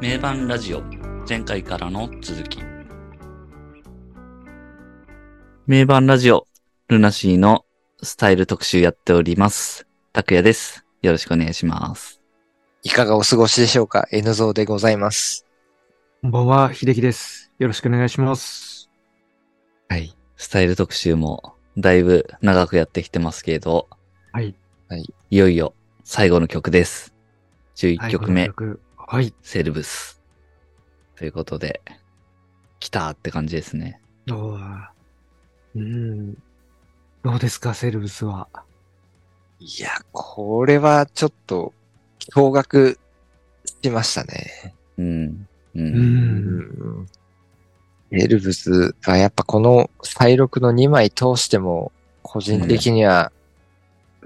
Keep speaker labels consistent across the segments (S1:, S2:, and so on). S1: 名盤ラジオ前回からの続き名盤ラジオルナシーのスタイル特集やっております拓也ですよろしくお願いします
S2: いかがお過ごしでしょうか ?N ゾーでございます。
S3: こんばんは、秀樹です。よろしくお願いします。
S1: はいスタイル特集もだいぶ長くやってきてますけれど
S3: はい
S2: はい
S1: いよいよ最後の曲です11曲目、
S3: はいこの曲はい。
S1: セルブスということで来たって感じですね
S3: おーうん。どうですか、セルブスは。
S2: いや、これはちょっと、驚愕しましたね。
S1: うんう
S3: うんん。
S2: エルブスはやっぱこの再録の2枚通しても、個人的には、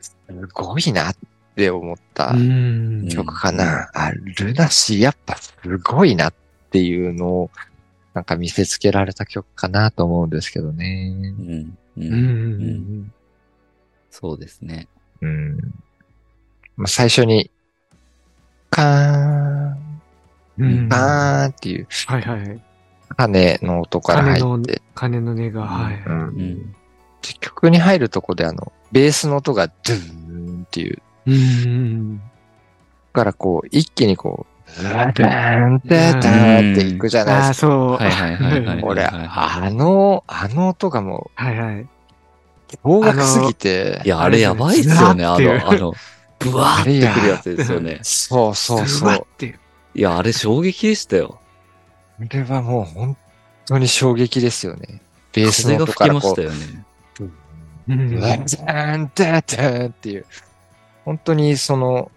S2: すごいなって思った
S3: うん。
S2: 曲かな。あ、ルナシーやっぱすごいなっていうのを、なんか見せつけられた曲かなと思うんですけどね
S1: う。んう
S3: うんん。
S1: そうですね。
S2: うん。まあ、最初に、カーン、
S3: うん。は
S2: バーンっていう
S3: いはい。
S2: 鐘の音から
S3: 鐘
S2: 入っ
S3: の
S2: て、、
S3: 鐘の音が、はい。
S2: うん
S1: うん。
S2: で曲に入るとこであの、ベースの音がドゥーンっていう、
S3: うん。
S2: からこう、一気にこう、ダーン、ダーンダーンっていくじゃない
S3: あ
S2: で
S3: あ、
S2: す
S3: そう。
S1: はいはいはいはい。
S2: か。俺、
S1: は
S2: あの、あの音がも
S3: はいはい。
S2: う、驚愕すぎて
S1: い、や、あれやばいっすよね。あ
S3: あれ
S1: の、あの、ブワーってくるやつですよね。
S2: そうそう
S3: ズ
S2: そ
S3: バ
S2: う
S3: ッ。ていう。
S1: いや、あれ衝撃でしたよ。
S2: これはもう本当に衝撃ですよね。ベース
S1: 風が
S2: の音
S1: 吹
S2: か
S1: き
S2: ら
S1: ま
S2: こ
S1: し
S2: う
S1: た、よね。
S3: うん
S2: ダーン、ダーン、ダーンっていう、本当にその、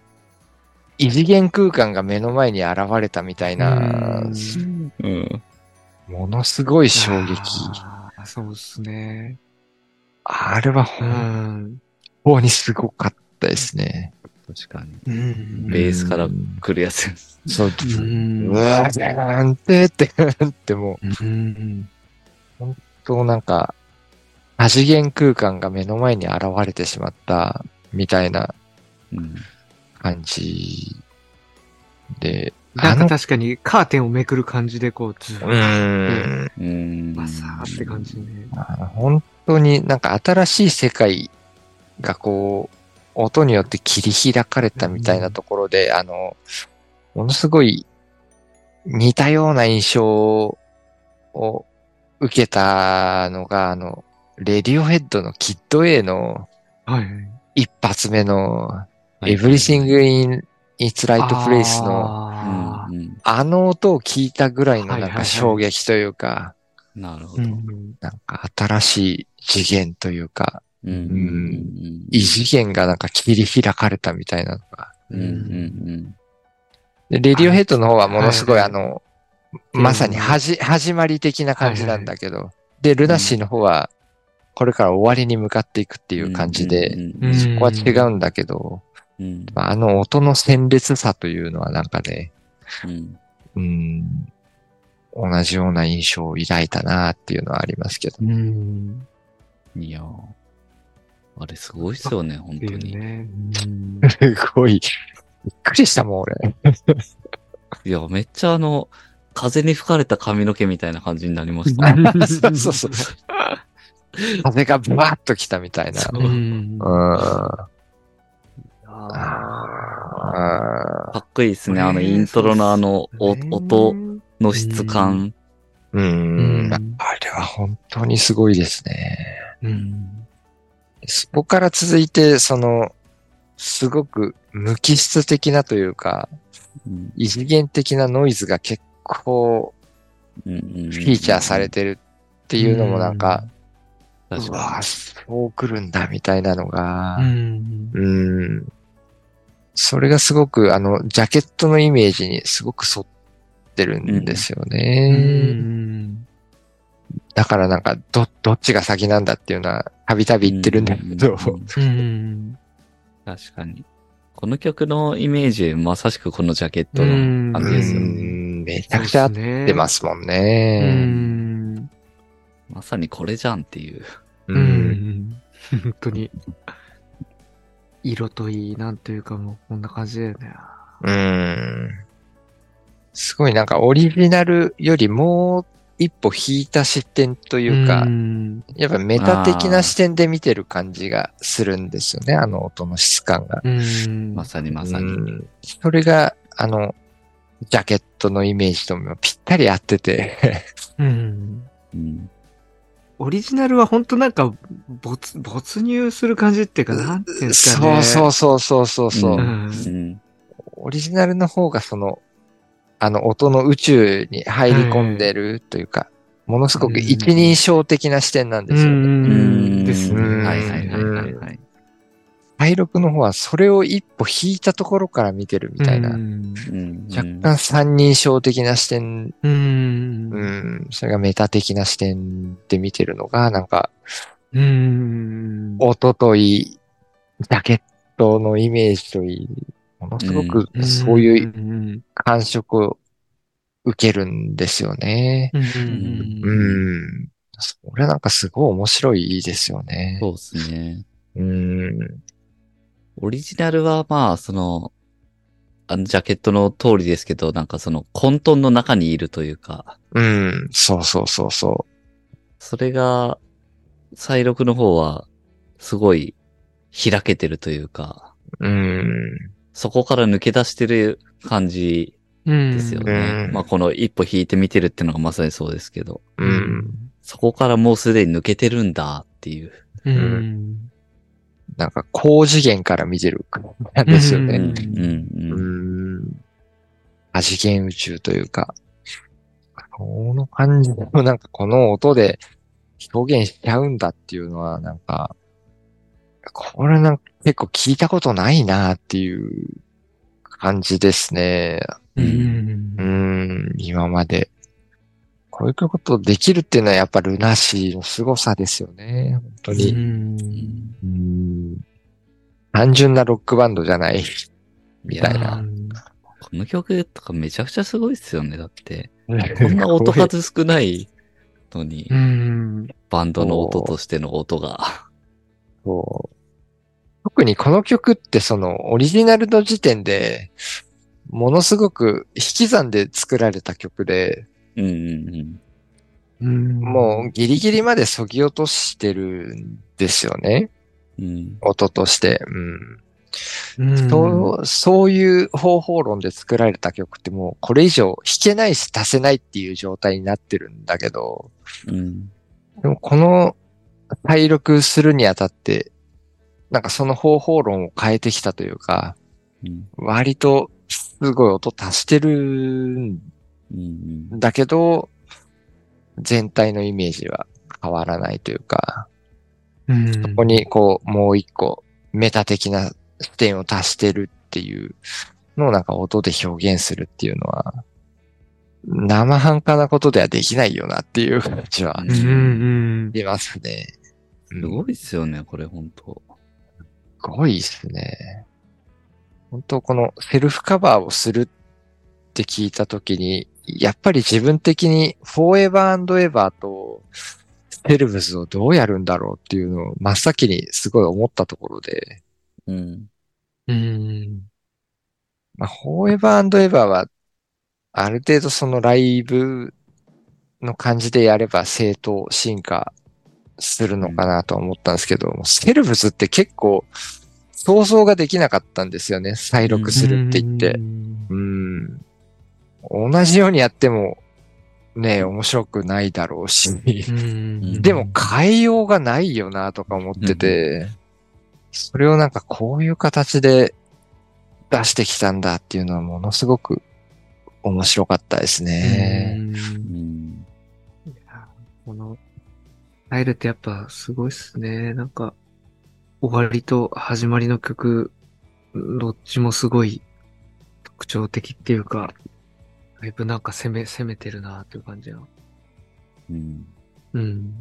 S2: 異次元空間が目の前に現れたみたいな
S3: うん、
S1: うん。
S2: ものすごい衝撃。
S3: あーそうっすね。
S2: あれは
S3: う
S2: 本
S3: ん。
S2: 当にすごかったですね。
S1: 確かに。
S3: うん
S1: ベースから来るやつです。
S2: そう、
S3: う。
S2: うんわー、ダーン、ダーン、ダーンってもう、
S3: うん。
S2: となんか、多次元空間が目の前に現れてしまったみたいな
S1: うん。
S2: 感じで、
S3: な
S2: あ
S3: んか
S2: の、
S3: 確かにカーテンをめくる感じでこう、ずーっ
S2: うーん。
S1: うん。
S3: とバサーって感じね。
S2: あ本当になんか新しい世界がこう、音によって切り開かれたみたいなところで、あの、ものすごい似たような印象を受けたのが、あの、レディオヘッドのキッド A の
S3: はい。
S2: 一発目の、
S1: はい
S2: Everything in Its Right Place の、
S1: うん
S3: あー
S1: うん
S2: あの音を聞いたぐらいの
S3: はい
S2: なん
S3: はいは
S2: か
S3: い
S2: 衝撃というか、
S1: なるほ
S3: う
S1: ど。
S3: ん
S2: なんか新しい次元というか、
S1: うんうんうん
S2: 異次元がなんか切り開かれたみたいなのが。
S1: うんうん
S2: で、レディオヘッドの方はものすごい
S3: は
S2: あ
S3: い
S2: の、まさにはじ、始まり的な感じなんだけど、で、ルナシーの方は、これから終わりに向かっていくって
S1: て
S2: いう感じで、そこは違うんだけど、
S1: うん
S2: まああの音の鮮烈さというのはなんかね、
S1: うん
S2: うん、同じような印象を抱いたなっていうのはありますけど。
S3: うん。
S1: いやーあれすごいっすよね、本
S3: って
S1: 当
S3: いう
S1: に。
S3: ね。うん
S2: すごい、びっくりしたもん、俺。
S1: いや、めっちゃあの、風に吹かれた髪の毛みたいな感じになりました。
S2: そうそうそう。風がブワッと来たみたいな。
S1: そううん
S2: うん。あ
S3: あ
S2: ー
S1: かっこいいですね。あの、
S3: ね
S1: イントロのあの、お
S3: ー
S1: 音の質感。
S2: う
S3: うんん。
S2: あれは本当にすごいですね。
S3: うん。
S2: そこから続いて、その、すごく無機質的なというか、
S1: うん
S2: 異次元的なノイズが結構
S1: うんうん
S2: フィーチャーされてるっていうのもなんか、
S1: 確
S2: う
S1: か
S2: わぁ、そう来るんだみたいなのが
S3: う、ん。
S2: うん。それがすごく、あの、ジャケットのイメージにすごく沿ってるんですよ
S3: う
S2: ね。
S3: ん。
S2: だからなんか、ど、どっちが先なんだっていうのは、たびたび
S1: に。
S2: 言ってるんだけど。
S1: うんうんうん
S3: うん。
S1: 確かに。この曲のイメージ、まさしくこのジャケットの
S2: う
S1: 感
S2: ん
S1: じですよね。
S2: めちゃくちゃ合っ
S3: 合
S2: てますもん
S3: う
S2: ね。
S3: ん。
S1: まさにこれじゃんっていう。
S2: う。
S3: うんん。本当に。色といい、なんというかもう、こんな感じだよね。
S2: うん。すごいなんかオリジナルよりもう一歩引いた視点というか、
S3: ん
S2: やっぱメタ的な視点で見てる感じがするんですよね、あの音の質感が。
S3: うん
S1: まさにまさに。
S2: うんそれが、あの、ジャケットのイメージともぴったり合ってて、
S3: うん
S1: うん
S3: オリジナルは本当なんか、没、没入する感じっていうか、なんていうんですか
S2: そう
S3: ね。
S2: そううそうそうそうそう、
S1: うんうん
S2: オリジナルの方がその、あの音の宇宙に入り込んでるというか、ものすごく一人称的な視点なんですよね。
S1: うんん。
S3: ですね。
S2: うん
S1: はいはいはいはいはい。
S2: パイロクの方はそれを一歩引いたところから見てるみたいな、
S3: うん
S1: うん
S2: 若干三人称的な視点、
S3: うん。
S2: うん、それがメタ的な視点で見てるのが、なんか、
S3: うん。
S2: おととい、ジャケットのイメージといい、ものすごく
S3: うん
S2: そういう
S3: うん。
S2: 感触を受けるんですよね。
S3: うん
S2: う。ん。それなんかすごい面白いですよね。
S1: そうですね。
S2: うん。
S1: オリジナルはまあ、その、あのジャケットの通りですけど、なんかその混沌の中にいるというか、
S2: うん。そうそうそうそ
S1: それが、再録の方は、すごい開けてるというか、
S2: う。うん。
S1: そこから抜け出してる感じ
S3: うん。
S1: ですよ
S2: う
S1: ね。
S2: ん
S1: まあこの一歩引いて見てるってのがまさにそうですけど、
S2: う。
S3: うんん。
S1: そこからもうすでに抜けてるんだっていう。
S3: うん。
S2: なんか高次元から見てる感じですよ
S1: う
S2: ね。
S1: ん、
S2: う
S1: うん、
S2: ん。多次元宇宙というか、この感じのなんかこの音で表現しちゃうんだっていうのはなんか、これなんか結構聞いたことないなっていう感じですね。
S1: う
S3: うんん
S2: う。ん、今まで。こういうことできるっていうのはやっぱルナシーの凄さですよね。本当
S3: う
S2: に。
S3: ん。
S2: うん単純なロックバンドじゃない。みたいな
S1: この曲とかめちゃくちゃすごいですよね。だって、こんな音数少ないのに
S3: う、ん。
S1: バンドの音としての音が。
S2: そう。特にこの曲ってそのオリジナルの時点で、ものすごく引き算で作られた曲で、
S1: うんうんうん。
S3: うん。
S2: もうギリギリまで削ぎ落としてるんですよね。
S1: うん。
S2: 音として。うん。
S3: うん、
S2: そう、そういう方法論で作られた曲ってもうこれ以上弾けないし足せないっていう状態になってるんだけど、
S1: うん。
S2: でもこの体力するにあたって、なんかその方法論を変えてきたというか、
S1: うん。
S2: 割とすごい音足してるん
S1: うん。
S2: だけど、全体のイメージは変わらないというか、
S3: うん、
S2: ここにこうもう一個メタ的な視点を足してるっていうのをなんか音で表現するっていうのは、生半可なことではできないよなっていう感じは
S3: うんうん
S2: 出ますね。うん
S1: すごいですよね、これ、本当
S2: すごいですね。本当このセルフカバーをするって聞いたときに、やっぱり自分的にフォーエバーエバーとセルブスをどうやるんだろうっていうのを真っ先にすごい思ったところで、
S1: うん。
S3: うん
S2: まあ、フォーエバーエバーはある程度そのライブの感じでやれば正当進化するのかなとは思ったんですけど、もうセルブスって結構想像ができなかったんですよね。再録するって言って。うん。同じようにやっても、ねえ、面白くないだろうし、
S3: うん
S2: でも変えようがないよなとか思ってて、それをなんかこういう形で出してきたんだっていうのはものすごく面白かったですね。
S3: うん
S1: うん。
S3: この入るってやっぱすごいっすねなんか終わりと始まりの曲どっちもすごい特徴的っていうかだいぶなんか攻め攻めてるなっていう感じの
S1: うん。
S3: うん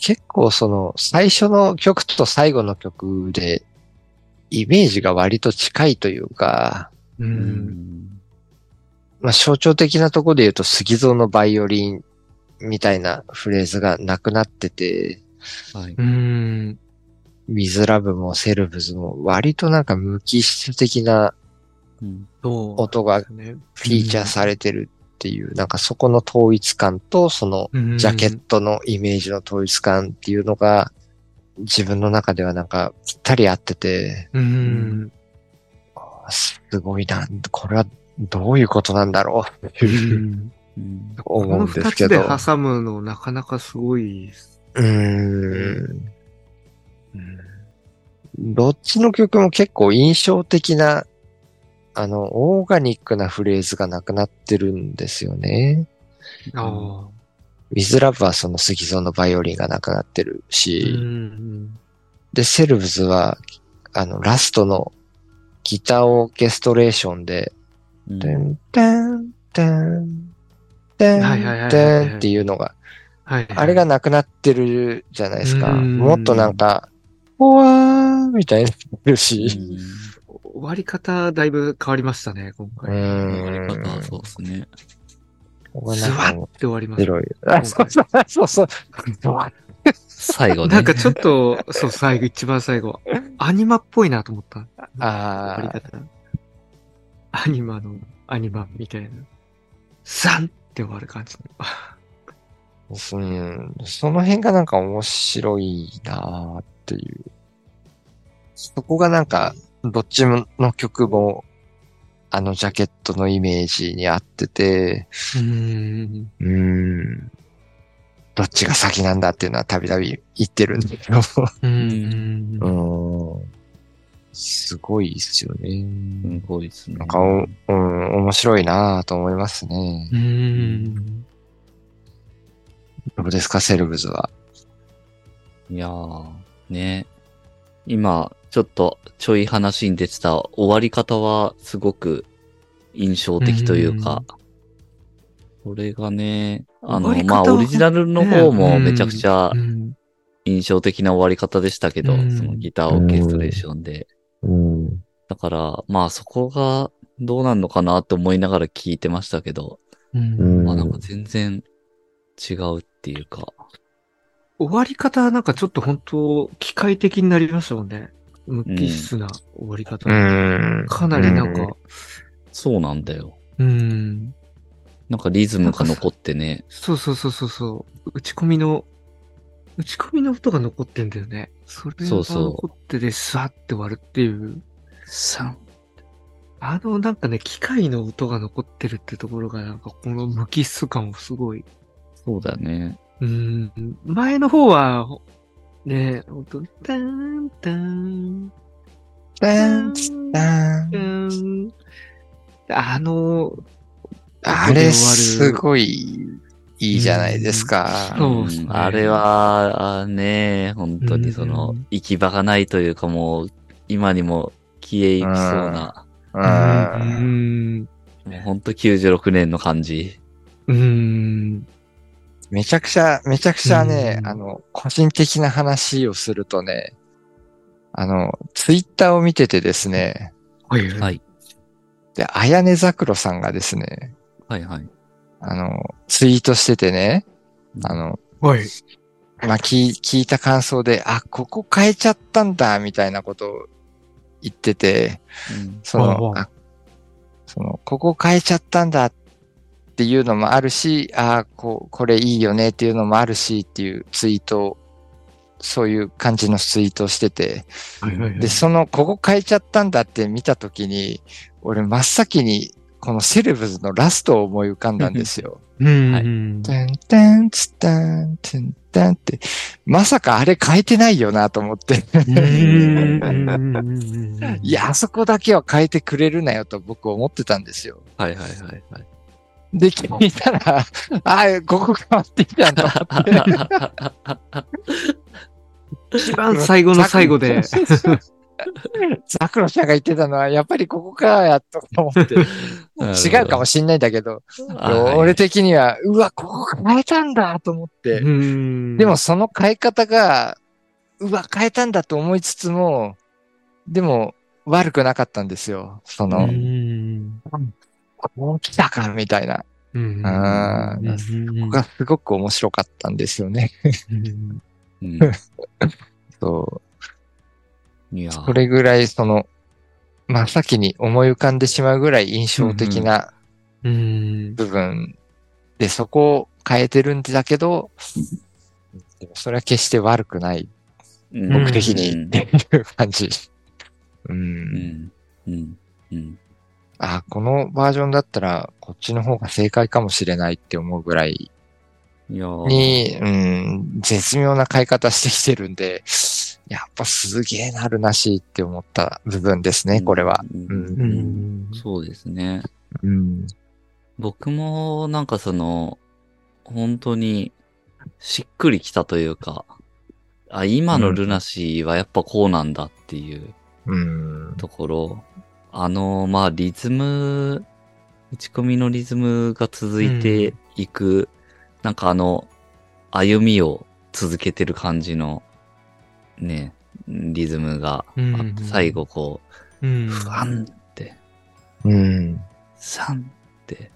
S2: 結構その最初の曲と最後の曲でイメージが割と近いというか、
S3: う
S1: うんん。
S2: まあ、象徴的なところで言うと、杉蔵のバイオリンみたいなフレーズがなくなってて、
S1: はい。
S3: うん
S2: ウィズラブもセルブズも割となんか無機質的な
S1: うん。
S3: どう
S2: 音が
S3: ですね、
S2: フィーチャーされてるっていう、なんかそこの統一感と、その
S3: うん
S2: ジャケットのイメージの統一感っていうのが、自分の中ではなんかぴったり合ってて、
S3: うん。
S2: すごいな、これはどういうことなんだろうっていう
S1: うん。
S3: こ
S2: 思う
S3: の
S2: んで
S3: 二
S2: すけど。
S3: つで
S2: う
S3: 挟むのなかなかすごいです。
S2: ーん。どっちの曲も結構印象的な、あの、オーガニックなフレーズがなくなってるんですよね。
S3: ああ。
S2: ウィズラブはその杉蔵のバイオリンがなくなってる
S3: う
S2: し、
S3: ん。
S2: で、セルブズは、あの、ラストのギターオーケストレーションで、
S1: うん
S2: テンテンテンテ
S3: はいはいはい
S2: ン
S3: はい
S2: テ
S3: はい
S2: ンっていうのが、
S3: はい。
S2: あれがなくなってるじゃないですか。
S3: うん
S2: もっとなんか、ほわーみたいになってるし、
S3: 終わり方だいぶ変わりましたね、今
S2: う。
S3: 回。
S1: うんん。やり方はそうですね。
S3: ズワッて終わりま
S2: ゼ
S3: し
S2: ロあ、そうそうそうそう。
S1: 最後
S3: た。
S1: ね。
S3: なんかちょっと、そう、最後、一番最 後。アニマっぽいなと思った。
S2: あ
S3: 終わり
S2: ー
S3: 方。アニマの、アニマみたいな。サンって終わる感じ。
S2: うん、その辺がなんか面白いなーっていう。そこがなんか、どっちの曲も、あのジャケットのイメージに合ってて、
S3: うん。
S2: うーん、どっちが先なんだっていうのはたびたび言ってるんだけど、
S3: うん。
S2: うーん、すごいですよね。
S1: うん、こうですね。
S2: なんかお、うん、面白いなーと思いますね。
S3: うん。
S2: どうですか、セルブズは。
S1: いやー、ね。今、ちょっとちょい話に出てた終わり方はすごく印象的というか、これがね、あの
S3: 終わり、方
S1: まあ、
S3: は
S1: オリジナルの方もめちゃくちゃ
S3: うん
S1: 印象的な終わり方でしたけど、
S3: うん
S1: そのギターオーケストレーションで。
S2: うん。
S1: だから、まあそこがどうなんのかなって思いながら聞いてましたけど、
S3: うん
S1: まあなんか全然違うっていうか、
S3: 終わり方はなんかちょっと本当、機械的になりましたもんね。無機質な終わり方。
S2: うん。
S3: かなりなんか、
S1: そうなんだよ。
S3: うん。
S1: なんかリズムが残ってね、
S3: そうそうそうそうそう。打ち込みの、打ち込みの音が残ってんだよね。それが
S1: そうそう
S3: 残ってで、スワッて終わるっていう。
S1: さん
S3: あの、なんかね、機械の音が残ってるってところが、なんかこの無機質感もすごい。
S1: そうだね。
S3: うん。前の方は、ほね、ほんと、タン、タン、
S2: ダ
S3: タ
S2: ン
S3: ン、
S2: ダン
S3: うーんあの、
S2: あれ、すごい、いいじゃないです
S3: うん
S2: か。
S3: そうっすね
S1: んあれは、あーね、本当にその、
S3: うん
S1: 行き場がないというかもう、今にも消えいきそうな、
S2: う
S3: うー
S2: ん。
S3: ん。
S1: もう本当96年の感じ。
S3: うーん。
S2: めちゃくちゃ、めちゃくちゃね
S3: う、ん
S2: あの、個人的な話をするとね、あの、ツイッターを見ててですね、
S3: はい。。
S1: はいい。
S2: で、あやねざくろさんがですね、
S1: はいはい。
S2: あの、ツイートしててね、あの、
S3: はい。
S2: まあ、聞い聞いた感想で、あ、ここ変えちゃったんだ、みたいなことを言ってて、
S1: うん、
S2: そ
S3: おうおう
S2: の、あその、ここ変えちゃったんだっていうのもあるし、ああ、こう、これいいよねっていうのもあるしっていうツイートをそういう感じのツイートをしてて、
S3: はい。はい。
S2: で、その、ここ変えちゃったんだって見たときに、俺真っ先に、このセレブズのラストを思い浮かんだんですよ。
S3: う
S1: はいう
S3: ーん。
S2: てんてんつてんてんてんって、まさかあれ変えてないよなと思って。いや、あそこだけは変えてくれるなよと僕思ってたんですよ。
S1: はいはいはいはい。
S2: で、聞いたら、ああ、ここ変わってきたんだ。
S3: 一番最後の最後で。
S2: ザクロちゃんが言ってたのは、やっぱりここか、やっと思って。 違うかもしんないんだけど、
S1: れ
S2: 俺的には、うわ、ここ変えたんだと思って。で
S3: で
S2: も、その変え方が、うわ、変えたんだと思いつつも、でも、悪くなかったんですよ。その、
S3: うん。
S2: こう来たか、みたいな。
S3: うん。
S2: あーここがすごく面白かったんですよね。
S3: うん
S1: うん
S2: そう。
S1: いや、
S2: それぐらい、その、真っ先に思い浮かんでしまうぐらい印象的な
S3: うん。
S2: 部分で、そこを変えてるんだけど、でもそれは決して悪くない
S1: うん
S2: 目的にっていう感じ。う。
S1: うんん。うん。うん。
S2: あ、このバージョンだったら、こっちの方が正解かもしれないって思うぐらい
S1: いやー
S2: に、うん、絶妙な買い方してきてるんで、やっぱすげえなるなしって思った部分ですね、これは。。
S1: うん
S2: うん
S3: う
S1: うん
S3: ん。
S1: そうですね。
S2: うん。
S1: 僕もなんかその、本当にしっくりきたというか、あ、今のルナシーはやっぱこうなんだっていう
S2: うん。
S1: ところ、あの、まあリズム、打ち込みのリズムが続いていく、なんかあの、歩みを続けてる感じの、ね、リズムがあって、
S3: うんうんうん
S1: 最後こ
S3: うん
S1: う、不安って、
S2: うん。
S1: さんって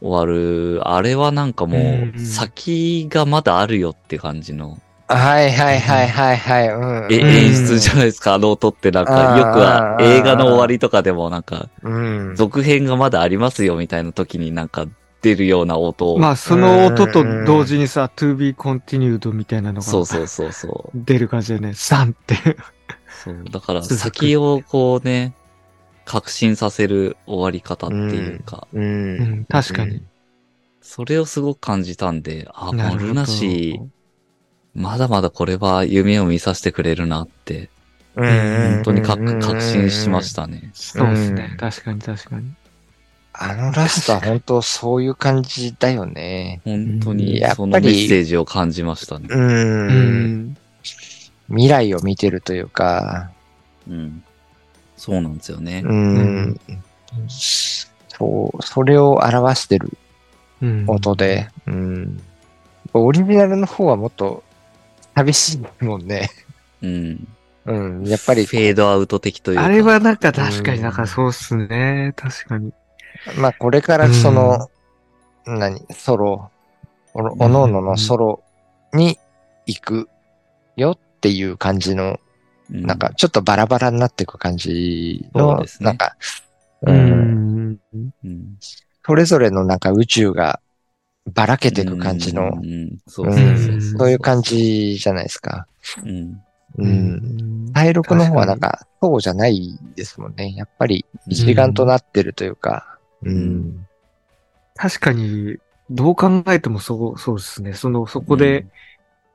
S1: 終わる、あれはなんかも
S3: うんう
S1: う、
S3: ん
S1: 先がまだあるよって感じの、
S2: はいはいはいはいはい。うん、
S1: え
S2: うん
S1: 演出じゃないですか、あの音ってなんか、
S2: あー
S1: よくは
S2: あー
S1: 映画の終わりとかでもなんか、
S2: うん。
S1: 続編がまだありますよみたいな時になんか出るような音を、
S3: まあ、その音と同時にさ、to be continued みたいなのが
S1: そうそうそうそう。
S3: 出る感じでね、サンって。
S1: そうだから
S3: 続く
S1: 先をこうね、確信させる終わり方っていうか、
S2: う。
S3: うんん、確かに。
S1: それをすごく感じたんで、あ、こ
S3: な
S1: の
S3: るほど
S1: ルナシー、まだまだこれは夢を見させてくれるなって
S2: うん。。
S1: 本当に確確信しましたたね。
S3: そうですね
S2: う。ん
S3: 確かに確かに。
S2: あのラストは本当そういう感じだよね。
S1: 本当
S2: うん
S1: に
S2: やっぱり
S1: そのメッセージを感じましたね。
S2: うん
S3: うん。
S2: 未来を見てるというか、
S1: うん。そうなんですよね。
S2: うん。そう、それを表してる
S3: うん。
S2: 音で、うん。オリジナルの方はもっと寂しいもんね。
S1: うん。
S2: うん。やっぱり
S1: フ、ェードアウト的というか。
S3: あれはなんか確かになんかそうっすね。確かに。
S2: まあこれからその、何、ソロ、おのおのおののソロに行くよっていう感じの
S1: う、
S2: なんかちょっとバラバラになっていく感じ
S1: そ
S2: の、
S1: うですね
S2: なんか、う
S3: う
S2: ん
S3: ん。
S1: うん、
S2: それぞれのなんか宇宙がばらけていく感じ
S1: う
S2: の
S1: ん、うんそうそうそう
S3: うん
S2: そういう感じじゃないですか。
S1: じ。うん。
S2: う。
S3: うんん
S2: 体力の方はなんか、そうじゃないですもんね。やっぱり一丸となってるというか。うん。
S3: 確かに、どう考えてもそう、そうですね。その、そこで、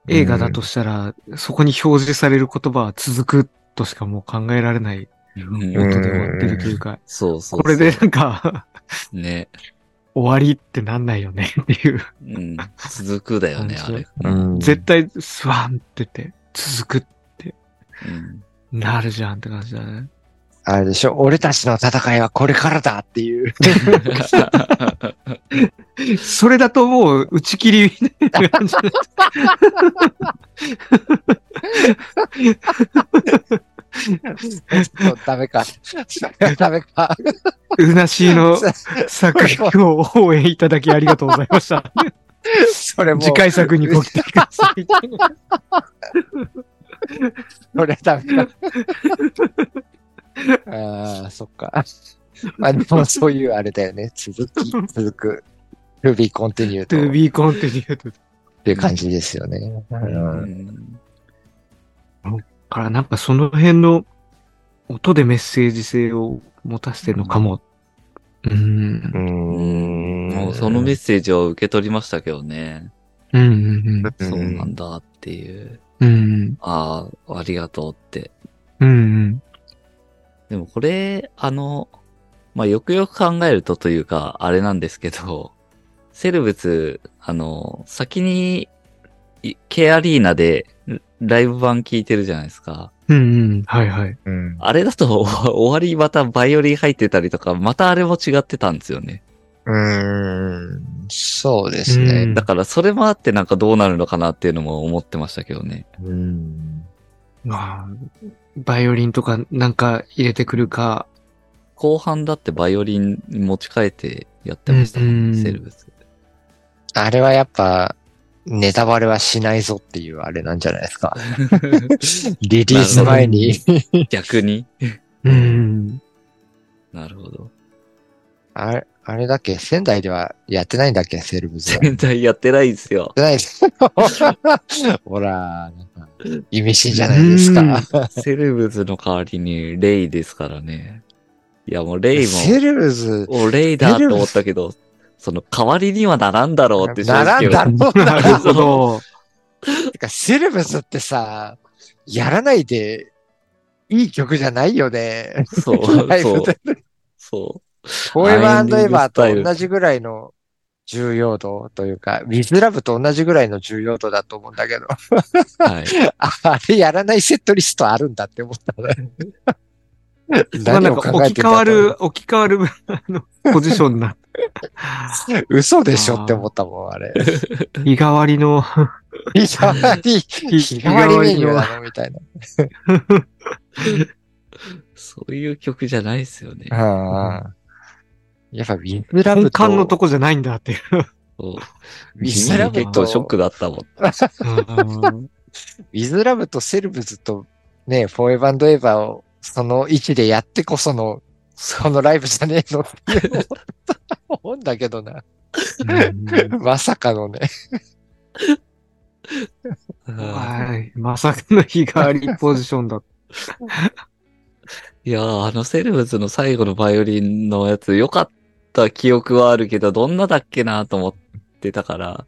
S3: 映画だとしたら、そこに表示される言葉は続くとしかもう考えられない
S1: うん、
S3: 音
S1: うん
S3: で終わってるというか、
S1: そうそうそう。
S3: これでなんか、
S1: ね。
S3: 終わりってなんないよねっていう。
S1: うん。続くだよね、あ
S3: 感じ
S1: れ。
S2: うん。
S3: 絶対、スワンってて、続く、
S1: うん
S3: なるじゃんって感じだね。
S2: あれでしょ俺たちの戦いはこれからだっていう。
S3: それだともう打ち切りみたいな感じだ
S2: ダメか。 ダメか。
S3: うなしーの作品を応援いただきありがとうございました。
S2: それもう、
S3: 次回作にご期待ください。
S2: それはダメか。 ああ、そっか。まあでもそういうあれだよね。続き、続く。to be continued
S3: to
S2: っ
S3: be continued.
S2: ていう感じですよね。う
S1: うん ん
S3: からなんかその辺の音でメッセージ性を持たせてるのかも。うん。
S2: う
S1: もうそのメッセージを受け取りましたけどね。
S3: うんうん
S2: うん
S1: そうなんだっていう。
S3: うん。うん
S1: ああ、ありがとうって。
S3: うん。
S1: でもこれ、あの、まあ、よくよく考えるとというか、あれなんですけど、セルブツ、あの、先に、い K アリーナでライブ版聞いてるじゃないですか。
S3: うんうん。はいはい。
S2: うん
S1: あれだと 終わりまたバイオリン入ってたりとか、またあれも違ってたんですよね。
S2: うーんそうですね。
S1: だからそれもあってなんかどうなるのかなっていうのも思ってましたけどね。
S2: うん。
S3: まあ、バイオリンとかなんか入れてくるか。
S1: 後半だってバイオリン持ち替えてやってましたも
S3: うんん
S1: ね、セルブツ。
S2: あれはやっぱ、ネタバレはしないぞっていうあれなんじゃないですか。 リリース前に。
S1: 逆に。
S3: うん。
S1: なるほど。
S2: あれ、あれだっけ仙台ではやってないんだっけセール ブズは。やっ
S1: 全体やってないです よ。
S2: てないです。ほら、なんか、意味深じゃないです か。
S1: セレブズの代わりにレイですからね。いやもうレイ
S2: セルブズ、
S1: も、おレイだって思ったけど、その代わりにはならんだろうって正直
S2: 並んだろう
S3: な
S2: な
S3: るほど。
S2: てか、セルブスってさ、やらないで、いい曲じゃないよね。
S1: そう、
S2: ライブ
S1: そう
S2: で。
S1: そ
S2: フォーエバーエバー
S1: ラインディングスタイ
S2: と
S1: ル
S2: 同じぐらいの重要度というか、ウィズラブと同じぐらいの重要度だと思うんだけど、
S1: う。はい。
S2: あれやらないセットリストあるんだって思ったね。
S3: まあな
S2: 何
S3: ん
S2: を
S3: か
S2: 考え
S3: 置
S2: て
S3: き
S2: んだ
S3: 換
S2: と
S3: わる、置き換わる、あの、ポジションな。
S2: 嘘でしょって思ったもん、あれ。
S3: 日替わりの、
S2: 日替わり、日替わりメニューなのみたいな。
S1: そういう曲じゃないですよね。
S2: ああやっぱウィズラ
S3: 根
S2: ブと、
S3: 幹のと
S2: ウ
S3: こじゃないんだっていう。
S1: そう
S2: ィ
S1: 地
S2: ズ
S1: 味
S2: ラ
S1: に
S2: ブ
S1: 結構
S2: と、
S1: ショックだったもん。
S2: ウィズラブとセルブズとね、フォーエバーエバーをその位置でやってこその、そのライブじゃねえのっていうのを思うんだけどな。まさかのね。
S1: うん
S3: はい。まさかの日替わりポジションだ。
S1: いやー、あのセレブズの最後のバイオリンのやつ良かった記憶はあるけど、どんなだっけなと思ってたから、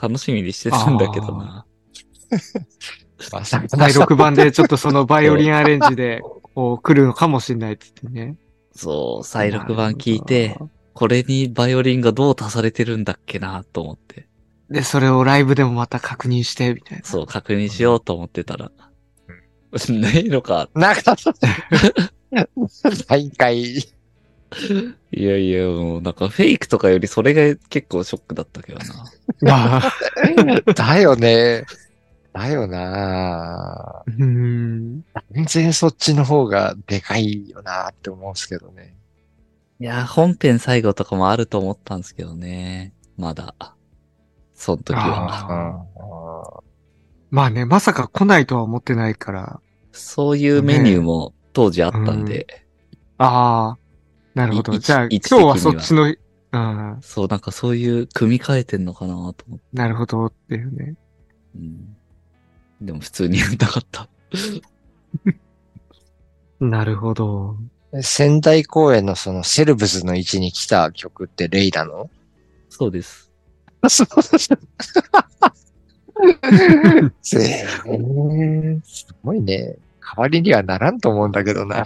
S1: 楽しみにしてたんだけどな。
S2: まさか
S3: 第6番でちょっとそのバイオリンアレンジで、こう来るのかもしれないって言ってね。
S1: そう、再録版聞いて、。これにバイオリンがどう足されてるんだっけなと思って。
S3: で、それをライブでもまた確認して、みたいな。
S1: そう、確認しようと思ってたら。 ないのか。
S2: なんか、大会。
S1: いやいや、もうなんかフェイクとかよりそれが結構ショックだったけどな。
S3: ああ
S2: だよね。だよな
S3: うーん。
S2: 全然そっちの方がでかいよなって思うんですけどね。
S1: いや、本編最後とかもあると思ったんですけどね。まだ。その時は。
S3: あ
S2: うん
S3: まあね、まさか来ないとは思ってないから。
S1: そういうメニューも当時あったんで、
S3: ああ、なるほど。
S1: い
S3: じゃあ、
S1: 位
S3: 今
S1: 置
S3: 日はそっちの、うん、
S1: そう、なんかそういう組み替えてんのかなと思って、
S3: なるほどっていうね。
S1: うんでも普通にやりたかった。
S3: なるほど。
S2: 仙台公演のそのセルブズの位置に来た曲ってレイなの
S1: そうです。
S2: そうぜーすごいね。代わりにはならんと思うんだけどな。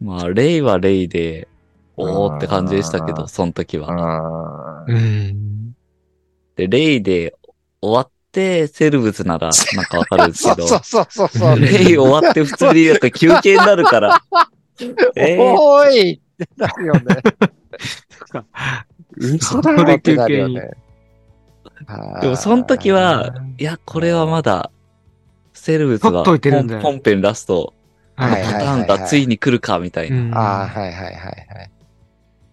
S1: まあ、レイはレイで、おーって感じでしたけ
S2: あー
S1: ど、その時は。
S2: あー
S3: うん。
S1: で、レイで終わって、セルブズなら、なんかわかるんです
S2: そ
S1: け
S2: う
S1: ど、
S2: そうそうそうそう。
S1: レイ終わって普通になんか休憩になる から、 えー
S2: おーい ってなるよね。嘘だろってなるよね。あー
S1: でもその時は、いや、これはまだ、セルブズ
S3: 取
S1: は
S3: っといてるんだよ
S1: 本編ラスト、あの
S2: はい
S1: パ
S2: はい
S1: ターンがついに来るか、みたいな。
S3: うん
S2: ああ、はいはいはいはい。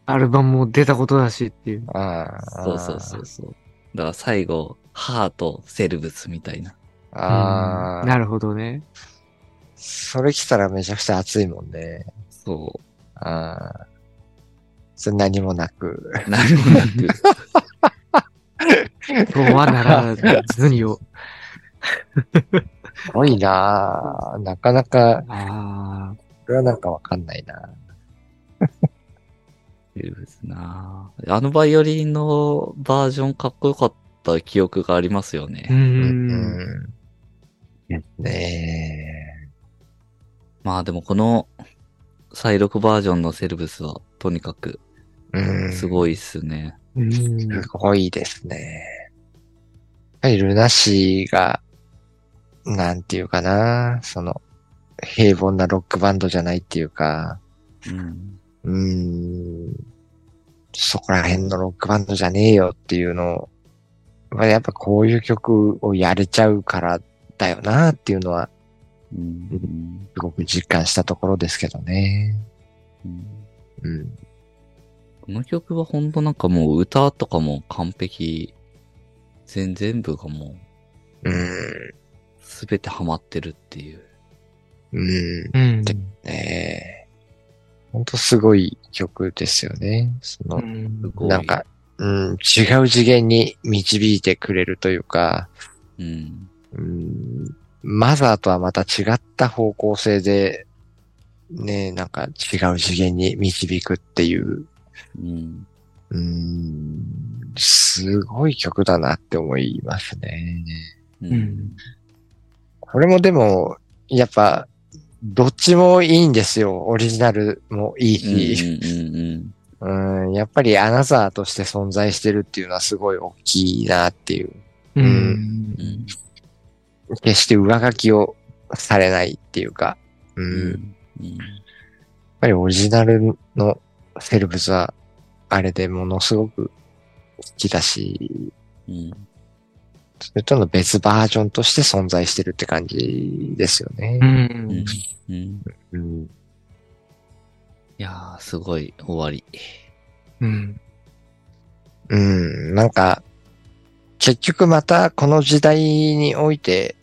S3: アルバムも出たことだしっていう。
S2: あー
S1: そうそうそうそう。だから最後、ハート、セルブスみたいな。
S2: あ
S3: う
S2: あ
S3: ん。なるほどね。
S2: それ来たらめちゃくちゃ暑いもんね。
S1: そ
S2: ああ。それ何もなく。
S1: う。何もなく。
S3: そうはならずによ。
S2: すごいなあなかなか、
S3: ああ。
S2: これはなんかわかんないな
S1: セルブスなぁあのバイオリンのバージョンかっこよかった記憶がありますよね。
S3: う。
S2: うんん。ね
S1: まあでもこの、再録バージョンのセルブスは、とにかく、
S2: え。うん。
S1: す
S2: す
S1: ごいっすね。
S3: うん。
S2: ごいですね。やはりルナシーが、なんていうかなその、平凡なロックバンドじゃないっていうか、
S1: うん。
S2: うーんそこら辺のロックバンドじゃねえよっていうのを、まあ、やっぱこういう曲をやれちゃうからだよなっていうのは、
S1: うん。
S2: すごく実感したところですけどね。
S1: うん
S2: うん。
S1: この曲はほんとなんかもう歌とかも完璧。全全部がも
S2: うん。
S1: うすべてハマってるっていう。
S2: うん。
S3: うん。
S2: ねえ。本当すごい曲ですよね。その、
S1: すごい
S2: なんか、うん、違う次元に導いてくれるというか、
S1: うん。
S2: うん、マザーとはまた違った方向性で、ね、なんか違う次元に導くっていう、
S1: うん。
S2: うん、すごい曲だなって思いますね。
S1: う。
S3: うんん。
S2: これもでも、やっぱ、どっちもいいんですよ。オリジナルもいい
S1: うん。
S2: し。
S1: うんうん。
S2: うん、やっぱりアナザーとして存在してるっていうのはすごい大きいなっていう。
S3: うんん
S1: う。ん
S2: 決して上書きをされないっていうか。う、
S1: うんん。
S2: やっ
S1: うん
S2: ぱりオリジナルのセルブスは、あれでものすごく好きだし、
S1: うん。
S2: それとの別バージョンとして存在してるって感じですよね
S3: う。
S1: うんん。うん。
S2: うん、
S1: いやー、すごい、終わり。
S3: うん。
S2: うん、なんか、結局またこの時代において、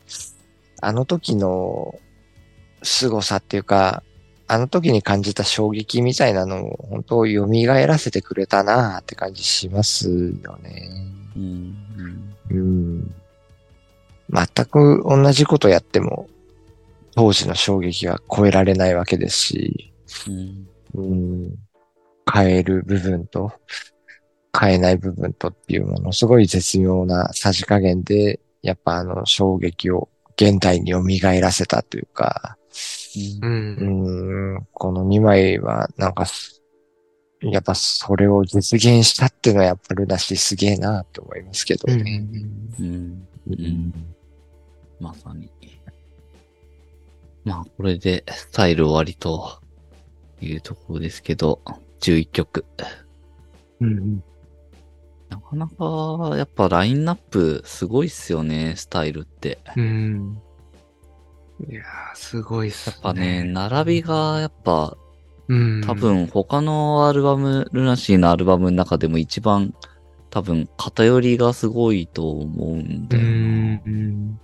S2: あの時の凄さっていうか、あの時に感じた衝撃みたいなのを本当蘇らせてくれたなって感じしますよね。
S1: うん。
S2: うん。全く同じことやっても、当時の衝撃は超えられないわけですし、
S1: うん。
S2: うん、変える部分と、変えない部分とっていうものすごい絶妙なさじ加減で、やっぱあの衝撃を現代に蘇らせたというか、
S1: うん
S3: うん。
S2: うん、この2枚はなんかす、やっぱそれを実現したっていうのはやっぱルナシーすげえなって思いますけどね。
S1: うん。
S2: うん
S1: まさに。まあ、これで、スタイル終わりと、いうところですけど、11曲。
S3: うん。
S1: なかなか、やっぱラインナップすごいっすよね、スタイルって。
S3: うん。いやー、すごいっす
S1: やっぱね、。並びが、やっぱ、
S3: うん。
S1: 多。分他のアルバム、ルナシーのアルバムの中でも一番、多分偏りがすごいと思うん
S3: う
S1: だよな。
S3: ん。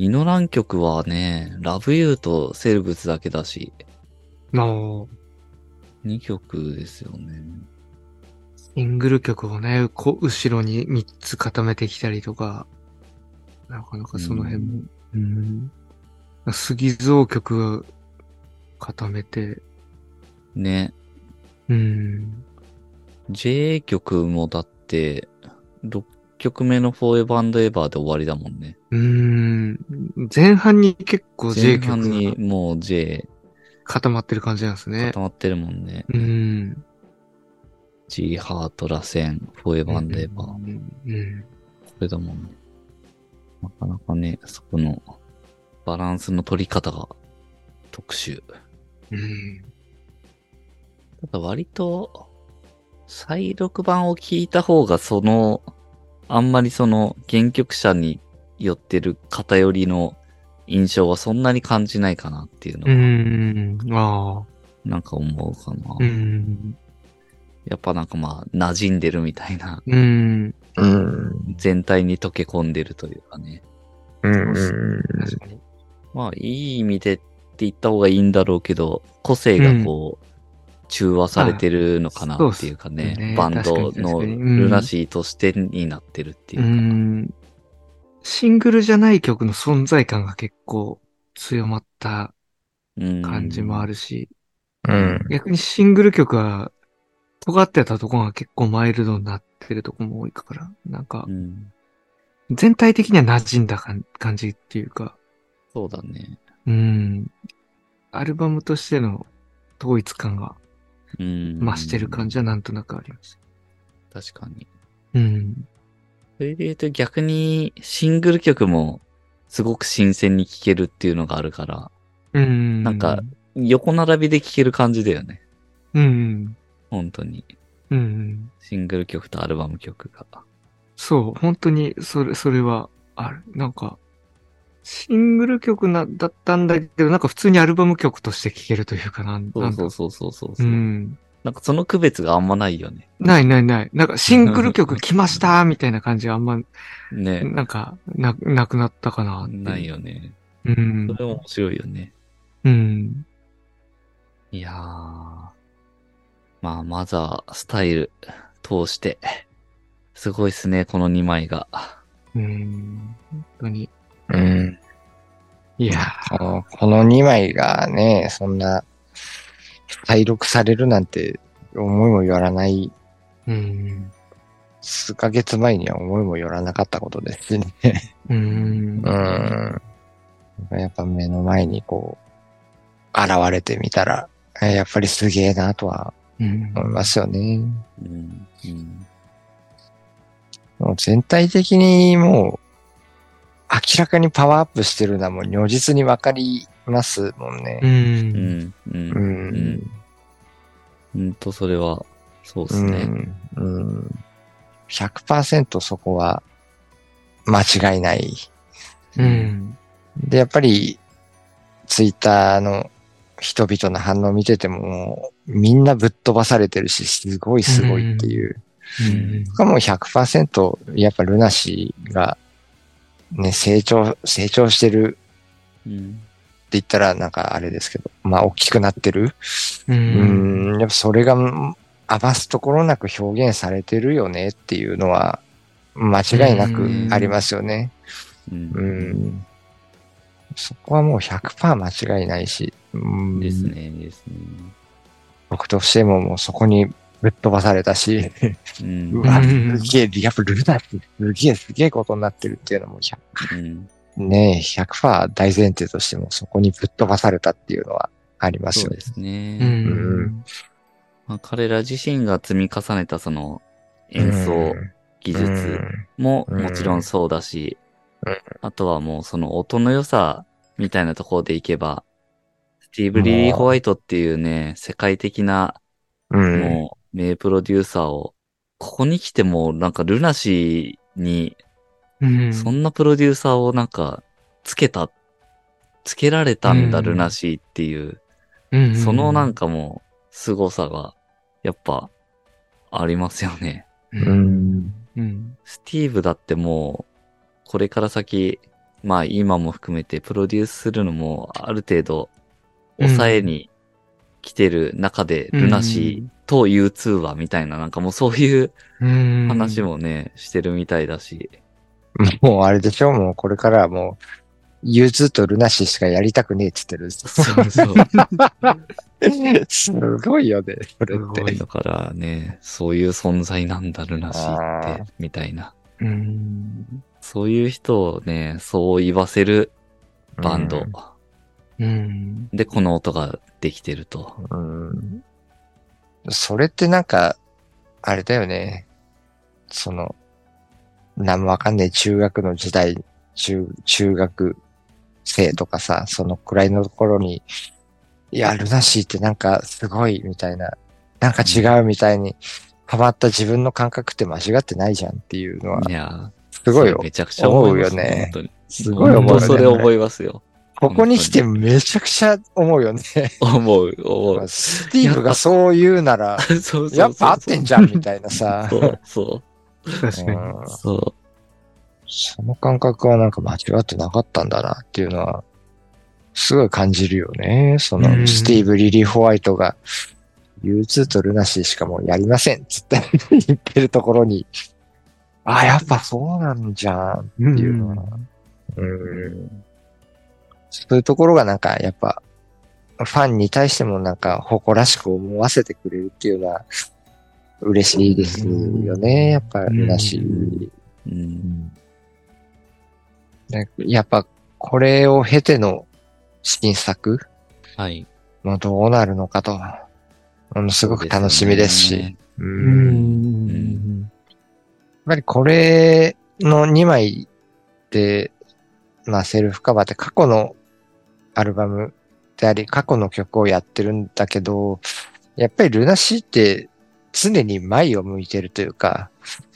S1: イノラン曲はね、ラブユーとセルブスだけだし、
S3: の、
S1: 2曲ですよね。
S3: シングル曲をね、こ後ろに3つ固めてきたりとか、なかなかその辺も。うん。杉蔵曲固めて、
S1: ね。
S3: うん。
S1: J 曲もだって、6曲目のフォーエバーエバーで終わりだもんね。
S3: うん。前半に結構 J
S1: 前半
S3: 曲
S1: に
S3: が
S1: もう J
S3: 固まってる感じなんですね
S1: 固。まってるもんね。
S3: うん。
S1: G ハートらせん、フォーエバーエバー。こ
S3: うん。
S1: れだもんね。なかなかね、そこのバランスの取り方が特殊。
S3: うん。
S1: ただ割と、再録版を聞いた方がその、あんまりその原曲者によってる偏りの印象はそんなに感じないかなっていうの
S3: う
S1: は、
S3: ん。あ
S1: なんか思うかな。
S3: あ。うん。
S1: やっぱなんかまあ、馴染んでるみたいな、
S3: うん。
S2: うん。
S1: 全体に溶け込んでるというかね。
S2: うん。
S3: 確かに。
S1: まあ、いい意味でって言った方がいいんだろうけど、個性がこう、中和されてるのかなっていうか
S3: あそうっす
S1: ね
S3: ね。
S1: バンド
S3: 確かに確
S1: の
S3: かにうん
S1: ルナシーとしてになってるっていう
S3: う
S1: か。
S3: ん。シングルじゃない曲の存在感が結構強まった
S1: うん
S3: 感じもあるし、
S2: うん。
S3: 逆にシングル曲は尖ってたとこが結構マイルドになってるとこも多いから、なんか
S1: うん。
S3: 全体的には馴染んだ感感じっていうか、
S1: そうだね。
S3: うん。アルバムとしての統一感が
S1: うん。
S3: 増してる感じはなんとなくあります。
S1: 確かに。
S3: うん。
S1: それで言うと逆にシングル曲もすごく新鮮に聴けるっていうのがあるから、
S3: うん。
S1: なんか、横並びで聴ける感じだよね。
S3: うん。
S1: 本当に。
S3: うん。
S1: シングル曲とアルバム曲が。
S3: そう、本当に、それ、それは、ある。なんか、シングル曲な、だったんだけど、なんか普通にアルバム曲として聴けるというかなん、
S1: そう
S3: な
S1: ん
S3: だ
S1: そ
S3: ろ
S1: うそうそうそう
S3: う
S1: そう。
S3: ん。
S1: なんかその区別があんまないよね。
S3: ないないない。なんかシングル曲来ましたみたいな感じはあんま、
S1: ね。
S3: なんか、な、なくなったかなってう
S1: ない。よね。
S3: うん
S1: そ。れ面白いよね。
S3: うん。
S1: いやー。まあ、まずはスタイル通して、すごいっすね、この2枚が。
S3: うん。本当に。
S2: うん。
S3: いや
S2: このこの2枚がね、そんな、再録されるなんて思いもよらない、
S3: ー。うん。
S2: 数ヶ月前には思いもよらなかったことですしね。
S3: うん。
S2: うん。やっぱ目の前にこう、現れてみたら、えやっぱりすげえなとは
S3: うん。
S2: 思いますよね。
S1: うん。うん。
S2: もう全体的にもう、明らかにパワーアップしてるのはもう如実にわかりますもん
S3: う。
S2: ね。
S1: うんん。う。
S2: うんん。
S1: ほんと、それは、そうで
S2: う
S1: すね。
S2: ん。うん。100%そこは間違いない。
S3: うん。
S2: で、やっぱり、ツイッターの人々の反応見てても、もうみんなぶっ飛ばされてるし、すごいすごいっていう。
S3: うん
S2: 僕はもう100%、やっぱルナシーが、ね、成長、成長してる
S1: うん。
S2: って言ったらなんかあれですけど、まあ大きくなってる。
S3: う。
S2: うんん、やっぱそれがうん余すところなく表現されてるよねっていうのは、間違いなくありますよね。
S1: う。
S2: うんん。そこはもう100%間違いないし、うん
S1: ですね、ですね。
S2: 僕としてももうそこにぶっ飛ばされた し、
S1: うん。
S2: うわ、
S3: うん
S2: すげえ、やっぱルナってすげえすげえことになってるっていうのも、ひゃ
S1: うん
S2: ねえ、100%大前提としてもそこにぶっ飛ばされたっていうのはあります
S1: そう
S2: よね
S1: で。すね。
S3: うん。
S1: まあ、彼ら自身が積み重ねたその演奏、技術も
S2: うん
S1: もちろんそうだし
S2: うん、
S1: あとはもうその音の良さみたいなところでいけば、スティーブ・リリー・ホワイトっていうね、世界的な
S2: うん。うん。
S1: もう名プロデューサーを、ここに来てもうなんかルナシーに
S3: うん。
S1: そんなプロデューサーをなんかつけた、つけられたんだ
S3: うん
S1: ルナシーっていう、
S3: うん
S1: そのなん、かもう、凄さが、やっぱ、ありますよね。
S2: う。ん。
S3: うん。
S1: スティーブだってもう、これから先、まあ今も含めてプロデュースするのも、ある程度、
S3: うん
S1: 抑えに来てる中で、ルナシーと U2 はみたいな、なんかもうそういう
S3: うん。
S1: 話。もね、してるみたいだし。
S2: もうあれでしょもうこれからはもう、U2 とルナシーしかやりたくねえって言ってる。
S1: そうそう。
S2: すごいよね、それ
S3: す
S2: っ
S3: ご
S2: て
S3: い。
S1: だからね、そういう存在なんだルナシーって
S2: あ、
S1: みたいな。
S3: うん。
S1: そういう人をね、そう言わせるバンド。
S3: うん。
S1: で、この音ができてると。
S2: うん。それってなんか、あれだよね。その、なんもわかんない中学の時代、中、中学生とかさ、そのくらいのところに、いや、ルナシーってなんかすごいみたいな、なんか違うみたいに、ハマった自分の感覚って間違ってないじゃんっていうのは、
S1: いや
S2: すごい
S1: そ
S2: よ
S1: れ。めちゃくちゃ思います
S2: 思うよね
S1: 本当に。
S2: すごい思う
S1: 本当
S2: よね。
S1: それ思いますよ。
S2: ここに来てめちゃくちゃ思うよね。
S1: 思う、思 う。
S2: スティーブがそう言うなら、
S1: そうそうそう
S2: やっぱ合ってんじゃんみたいなさ。
S1: そう、そ
S3: 確かに。
S2: うん
S1: う、そ
S2: その感覚はなんか間違ってなかったんだなっていうのは、すごい感じるよね。そ
S3: うん
S2: の、スティーブ・リリー・ホワイトが、U2 とルナシーしかもうやりませんっつって言ってるところに、あ、やっぱそうなんじゃん
S3: う
S2: っていうのは、うんそういうところがなんかやっぱ、ファンに対してもなんか誇らしく思わせてくれるっていうのは、嬉しいですよね。やっぱ、ルナシー。
S1: う。うん。
S2: ねやっぱこれを経ての新作
S1: はい。
S2: もうどうなるのかと、ものすごく楽しみですし、
S1: そうね
S2: うん
S3: う
S2: やっ
S3: ん。
S2: ぱりこれの2枚で、まあセルフカバーって過去のアルバムであり、過去の曲をやってるんだけど、やっぱりルナシーって常に前を向いてるというか、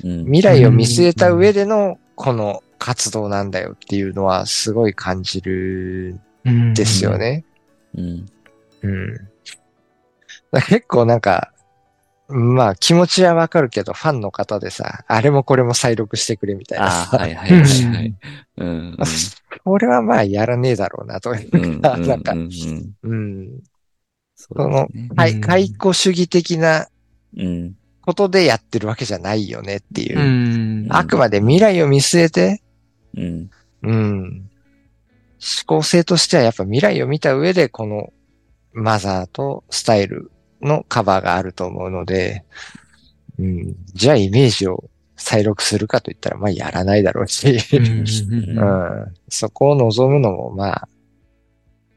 S1: うん。
S2: 未来を見据えた上でのこの活動なんだよっていうのはすごい感じる
S3: うん。
S2: んですよ。ね。
S1: うん。
S2: うん。だから結構なんか、まあ気持ちはわかるけど、ファンの方でさ、あれもこれも再録してくれみたいな
S1: あ
S2: さ。
S1: あ、はいはいはいはい。うん。
S2: 俺はまあやらねえだろうなという
S1: うん。うん。
S2: か、なんか
S1: う、んうん
S2: うん。
S1: そうですね。
S2: は
S3: う
S2: い、
S3: ん
S2: 解雇主義的な
S1: うん。
S2: ことでやってるわけじゃないよねっていうう。
S3: ん。
S1: あ
S2: あくまで未来を見据えて、
S1: うん。
S2: うん。思考性としてはやっぱ未来を見た上で、このマザーとスタイルのカバーがあると思うので、うん。じゃあイメージを再録するかといったら、まあやらないだろうし、
S3: うん
S1: うん
S2: うん。そこを望むのも、まあ、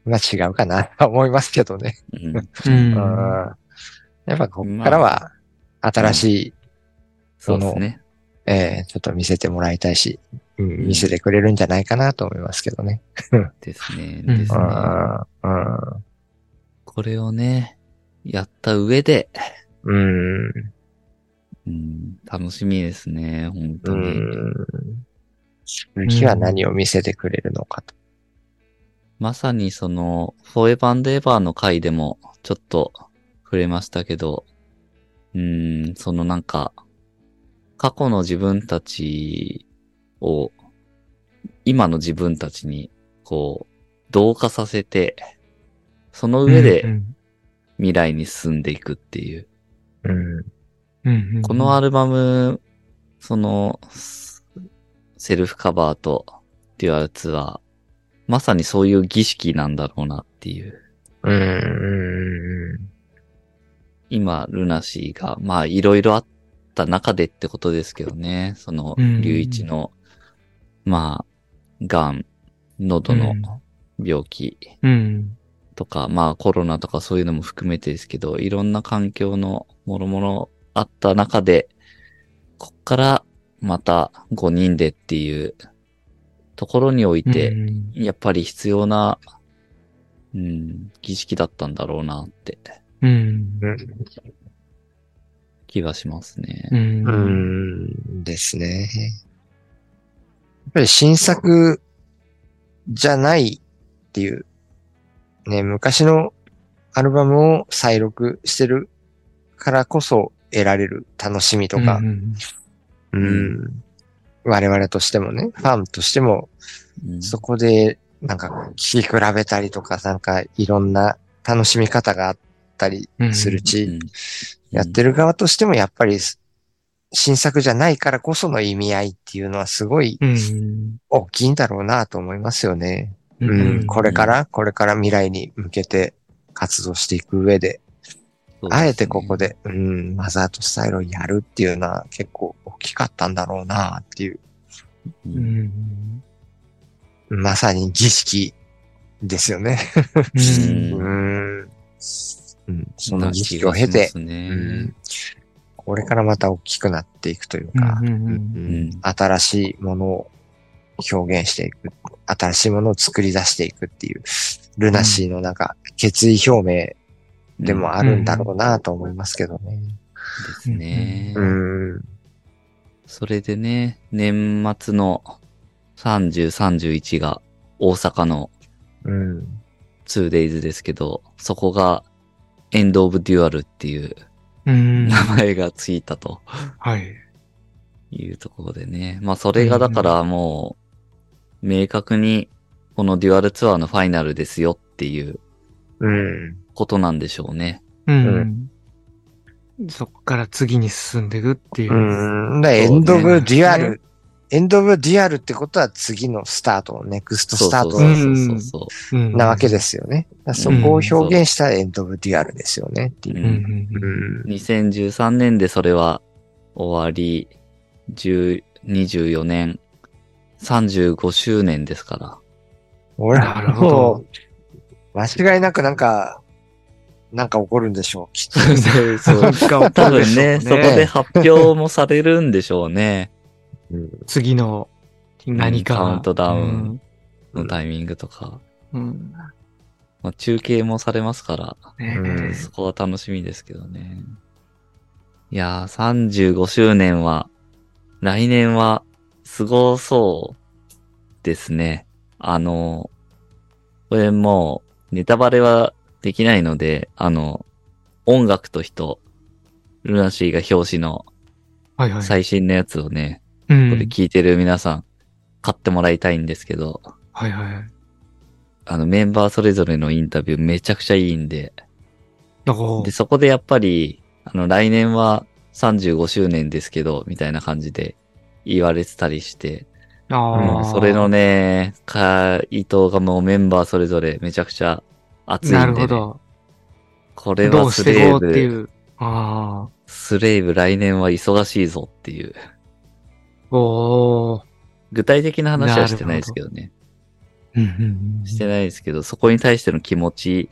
S2: まあ違うかなと思いますけどね。
S1: うん
S2: う
S3: うん
S2: ん。やっぱこっからは新しい、
S1: そうですね。
S2: えーちょっと見せてもらいたいし、うん
S1: ん
S2: 見せてくれるんじゃないかなと思いますけどね。
S1: ですね。
S3: うん
S1: です
S2: う
S1: ね。
S2: ん。うん。
S1: これをね、やった上で、
S2: うん。
S1: うん、楽しみですね、本当に。
S2: うん。次は何を見せてくれるのかと。
S1: まさにその、フォーエバーエバーの回でもちょっと触れましたけど、うーん、そのなんか、過去の自分たちを、今の自分たちに、こう、同化させて、その上
S3: う
S1: で
S3: ん
S1: 未来に進んでいくっていう。
S2: うん。
S3: うん。
S1: このアルバム、その、スセルフカバーとデュアルツは、まさにそういう儀式なんだろうなっていう。
S2: うん。う
S1: 今、ルナシーが、まあ、いろいろあった中でってことですけどね。その、
S3: うん
S1: 龍一の、まあ、癌喉の病気
S3: うん。
S1: とか、まあ、コロナとかそういうのも含めてですけど、いろんな環境のもろもろあった中で、こっからまた5人でっていうところにおいて、
S3: うん、
S1: やっぱり必要な、うん、儀式だったんだろうなって
S3: うん。
S1: 気がしますね。
S3: うん。
S2: ん。うん。ですね。やっぱり新作じゃないっていう、ね、昔のアルバムを再録してるからこそ得られる楽しみとか
S3: う、ん
S2: うん。我々としてもね、ファンとしても
S1: うん
S2: そこで、なんか、聞き比べたりとか、なんか、いろんな楽しみ方があったりする
S1: う
S2: し
S1: ん、
S2: やってる側としても、やっぱり、新作じゃないからこその意味合いっていうのはすごい
S3: うん。
S2: 大きいんだろうなと思いますよね。
S3: う
S2: うん、これから、これから未来に向けて活動していく上で、
S1: そうですね
S2: あえてここ。で、うん、マザーとスタイルをやるっていうのは結構大きかったんだろうなっていう、
S1: う
S3: うんん。
S2: まさに儀式ですよね。
S1: うん
S2: うん。うん、その儀式を経て、
S1: そんな気がしますね
S2: うん、これからまた大きくなっていくというか、
S3: うんうん
S2: うん新しいものを表現していく、新しいものを作り出していくっていう、ルナシーのなんか決意表明でもあるんだろうなと思いますけどね。
S1: うんですね。
S2: うん。
S1: それでね、年末の30、31が大阪の
S2: うん。
S1: 2days ですけど、そこがエンドオブデュアルっていう
S3: うん。
S1: 名前がついたと
S3: はい。
S1: いうところでね。まあそれがだからもう明確にこのデュアルツアーのファイナルですよっていう
S2: うん。
S1: ことなんでしょうね。
S3: うん。そこから次に進んでいくっていうう。
S2: ん。だからエンド・オブ・デュア
S3: そう
S2: ル。エンド・オブ・デュアルってことは次のスタート、ネクスト
S1: そ
S2: ス
S1: う
S2: タ
S1: そう
S2: ート
S1: そうそうそ
S3: うん
S2: なわけですよね。そこを表現したエンド・オブ・デュアルですよねっていうう。
S1: う。
S3: うんん。
S2: うん
S1: うん2013年でそれは終わり、10 24年、35周年ですから。
S2: 俺
S3: なる
S2: は
S3: ほど
S2: もう、間違いなくなんか、なんか起こるんでしょう、きっと。
S1: そうそう。
S3: そ う
S1: 多分ね、そこ
S2: ね
S1: で発表もされるんでしょうね。
S3: 次の何か。
S1: カウントダウンのタイミングとか。
S3: うん。うん。
S1: まあ、中継もされますから、
S3: ね
S2: うん
S1: そこは楽しみですけどね。いやー、35周年は、来年は、すごそうですね。あの、これもう、ネタバレはできないので、あの、音楽と人、ルナシーが表紙の
S3: はいはい。
S1: 最新のやつをね、
S3: うん
S1: これ聞いてる皆さん、買ってもらいたいんですけど、
S3: はいはい。
S1: あの、メンバーそれぞれのインタビューめちゃくちゃいいんで、
S3: お
S1: で、そこでやっぱり、あの、来年は35周年ですけど、みたいな感じで言われてたりして、
S3: あ
S1: う
S3: あ、
S1: んそれのね、か、伊藤がもうメンバーそれぞれめちゃくちゃ熱いんで、ね。
S3: なるほど。
S1: これ
S3: ど
S1: は
S3: うし
S1: ス
S3: てい
S1: レ
S3: こ
S1: イ
S3: うってい
S1: ブ、
S3: う。あ
S1: スレイブ来年は忙しいぞっていう。
S3: あ、おー。
S1: 具体的な話はしてないですけどね。してないですけど、そこに対しての気持ち、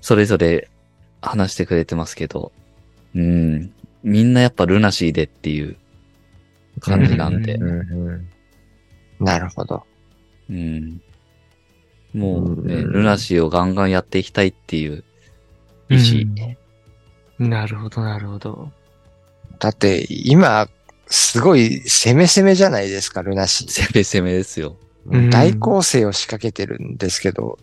S1: それぞれ話してくれてますけど、うん。みんなやっぱルナシーでっていう感じなんで
S3: う、
S2: うんうんなるほど。
S1: うん。もうね、
S2: うん
S1: ルナシーをガンガンやっていきたいっていう意思。
S3: なるほど、なるほど。
S2: だって、今、すごい攻め攻めじゃないですか、ルナシー。
S1: 攻め攻めですよ。
S3: うん
S2: 大攻勢を仕掛けてるんですけど、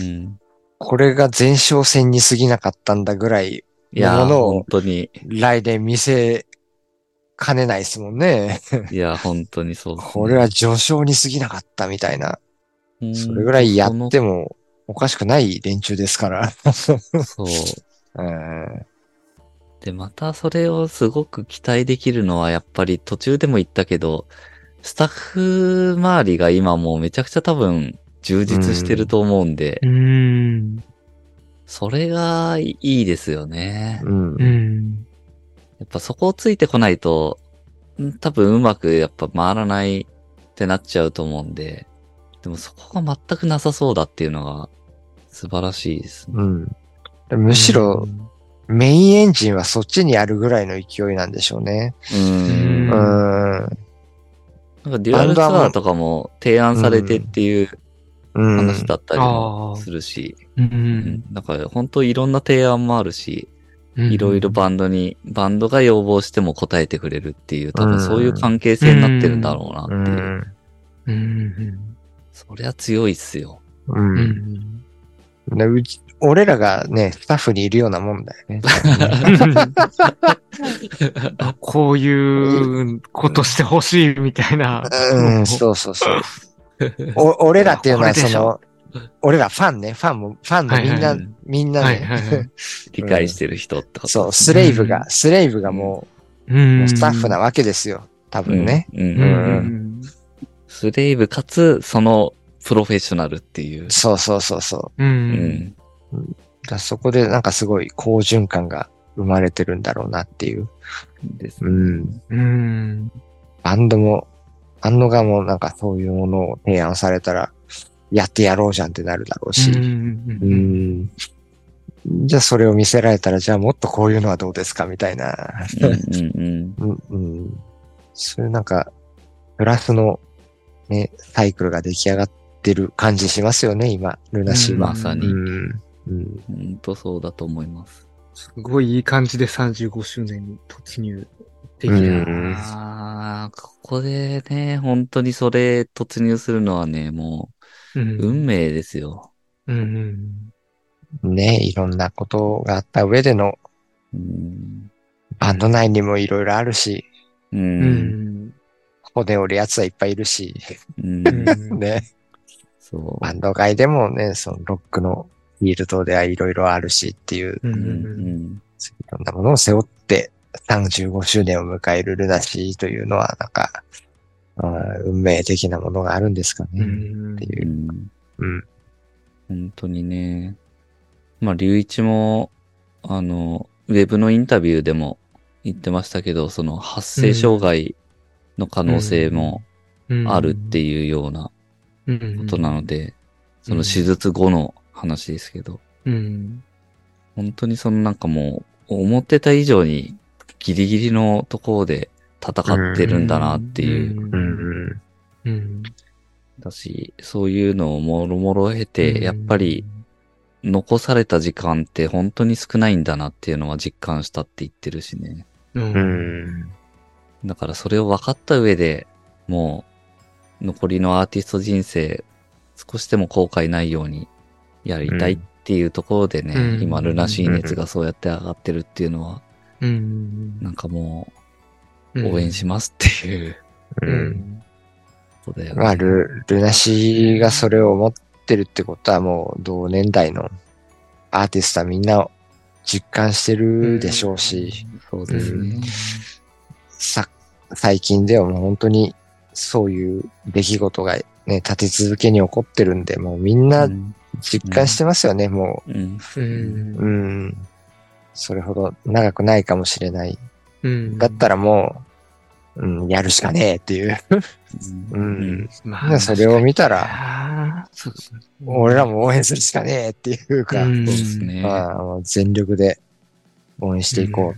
S1: うん。
S2: これが前哨戦に過ぎなかったんだぐらい、
S1: いやー、
S2: ものを
S1: 本当に、
S2: 来年見せかねないですもんね。
S1: いやー、本当にそうですね、
S2: これは序章に過ぎなかったみたいな。
S1: うん、
S2: それぐらいやっ
S1: そ
S2: てもおかしくない連中です から。
S1: のそう。
S2: うん
S1: で、またそれをすごく期待できるのは、やっぱり途中でも言ったけど、スタッフ周りが今もうめちゃくちゃ多分充実してると思うんで、
S3: うん。
S1: それがいいですよね。
S2: うん
S3: うん。
S1: やっぱそこをついてこないと、ん多分うまくやっぱ回らないってなっちゃうと思うんで、でもそこが全くなさそうだっていうのが素晴らしいですね。
S2: うんむしろ、メインエンジンはそっちにあるぐらいの勢いなんでしょうね。
S1: うん
S2: う。ん。
S1: なんかデュアルツアーとかも提案されてっていう
S2: うん。
S1: 話だったりもするし、
S3: う
S1: うん
S3: ん。
S1: だから本当いろんな提案もあるし、
S3: うん
S1: いろいろバンドに、バンドが要望しても答えてくれるっていう、多
S2: う
S1: 分
S2: ん
S1: そういう関係性になってるんだろう
S2: う
S1: なっていう。
S2: ん。
S3: うん。
S1: そりゃ強いっすよ。
S2: うん
S3: うん。
S2: でうち俺らがね、スタッフにいるようなもんだよ ね。
S3: こういうことしてほしいみたいな。
S2: うん、そうそう そう。お俺らっていうのは、
S3: これで
S2: そ
S3: しょ
S2: の、俺らファンね、ファンも、ファンのみんな、
S3: はいはい
S1: はい
S2: みんな
S3: は
S2: ね、
S3: いはいはい。
S1: 理解してる人ってこと。
S2: そう、スレイブ
S3: うん
S2: が、スレイブがも
S3: う
S2: う、も
S3: ん
S2: うスタッフな。わけですよ。多
S1: うん
S2: 分ね。
S1: うん
S3: うんうん。。
S1: スレイブかつ、その、プロフェッショナルっていう。
S2: そうそうそうそう
S1: うんん。
S2: う。だそこでなんかすごい好循環が生まれてるんだろうなっていう。
S1: ですね
S2: うん。
S3: うん。
S2: バンドも、バンドがもうなんかそういうものを提案されたら、やってやろうじゃんってなるだろうし。うん。じゃあそれを見せられたら、じゃあもっとこういうのはどうですかみたいな。
S1: うんうん
S2: うん、うん。そういうなんか、プラスのね、サイクルが出来上がってる感じしますよね、今、ルナシ
S1: う
S2: ー
S1: ん。
S2: は。
S1: まさ
S2: う
S1: に。
S2: ん。うん。
S1: 本当そうだと思います。
S3: すごいいい感じで35周年に突入でき
S2: う
S3: る。
S2: ん
S1: ああ、ここでね、本当にそれ突入するのはね、も
S3: う
S1: うん運命ですよ。
S3: うん。
S2: ね、いろんなことがあった上での、
S1: うん。
S2: バンド内にもいろいろあるし、
S1: う。
S3: うんん。
S2: 骨折る奴はいっぱいいるし、
S1: うん。
S2: ね、
S1: そ
S2: バンド外でもね、そのロックのフィールドではいろいろあるしっていう、
S3: う。
S1: う。うんん。
S2: いろんなものを背負って35周年を迎えるルナシーというのは、なんか、うん運命的なものがあるんですか
S3: う
S2: ね。
S3: ん
S2: って
S1: う
S2: いう。
S1: ん。
S2: うん。
S1: 本当にね。まあ、龍一も、あの、ウェブのインタビューでも言ってましたけど、その発声障害の可能性もあるっていうような
S3: いう
S1: ことなので、そ
S3: うん
S1: の手術後の話ですけど、
S3: うん。
S1: 本当にそのなんかもう、思ってた以上にギリギリのところで戦ってるんだなっていう、
S2: う
S3: うん。
S2: んうん。
S3: うん。
S1: だし、そういうのをもろもろ経て、やっぱり、残された時間って本当に少ないんだなっていうのは実感したって言ってるしね。
S3: う。
S2: うんん。
S1: だからそれを分かった上でもう残りのアーティスト人生少しでも後悔ないようにやりたいっていうところでね、
S3: うん
S1: 今ルナシー熱がそうやって上がってるっていうのは、
S3: うん。
S1: なんかもう応援しますっていう
S2: う。
S3: うんん。
S1: ことだよね。
S2: まあ、ル、ルナシーがそれを持ってるってことはもう同年代のアーティストはみんな実感してるでしょうし、
S1: そうですね。
S2: さ、最近ではもう本当にそういう出来事がね、立て続けに起こってるんで、もうみんな
S1: うん
S2: 実感してますよね、も
S1: うん。
S3: うん
S2: う。。うん。それほど長くないかもしれない。
S3: うん。
S2: だったらもう、うん、やるしかねえっていう。う。
S1: うん
S3: まあ、
S2: それを見たら
S3: ら、そうですね。
S2: 俺らも応援するしかねえっていうか、
S3: うん
S1: そうですね。
S2: まあ、もう全力で応援していこ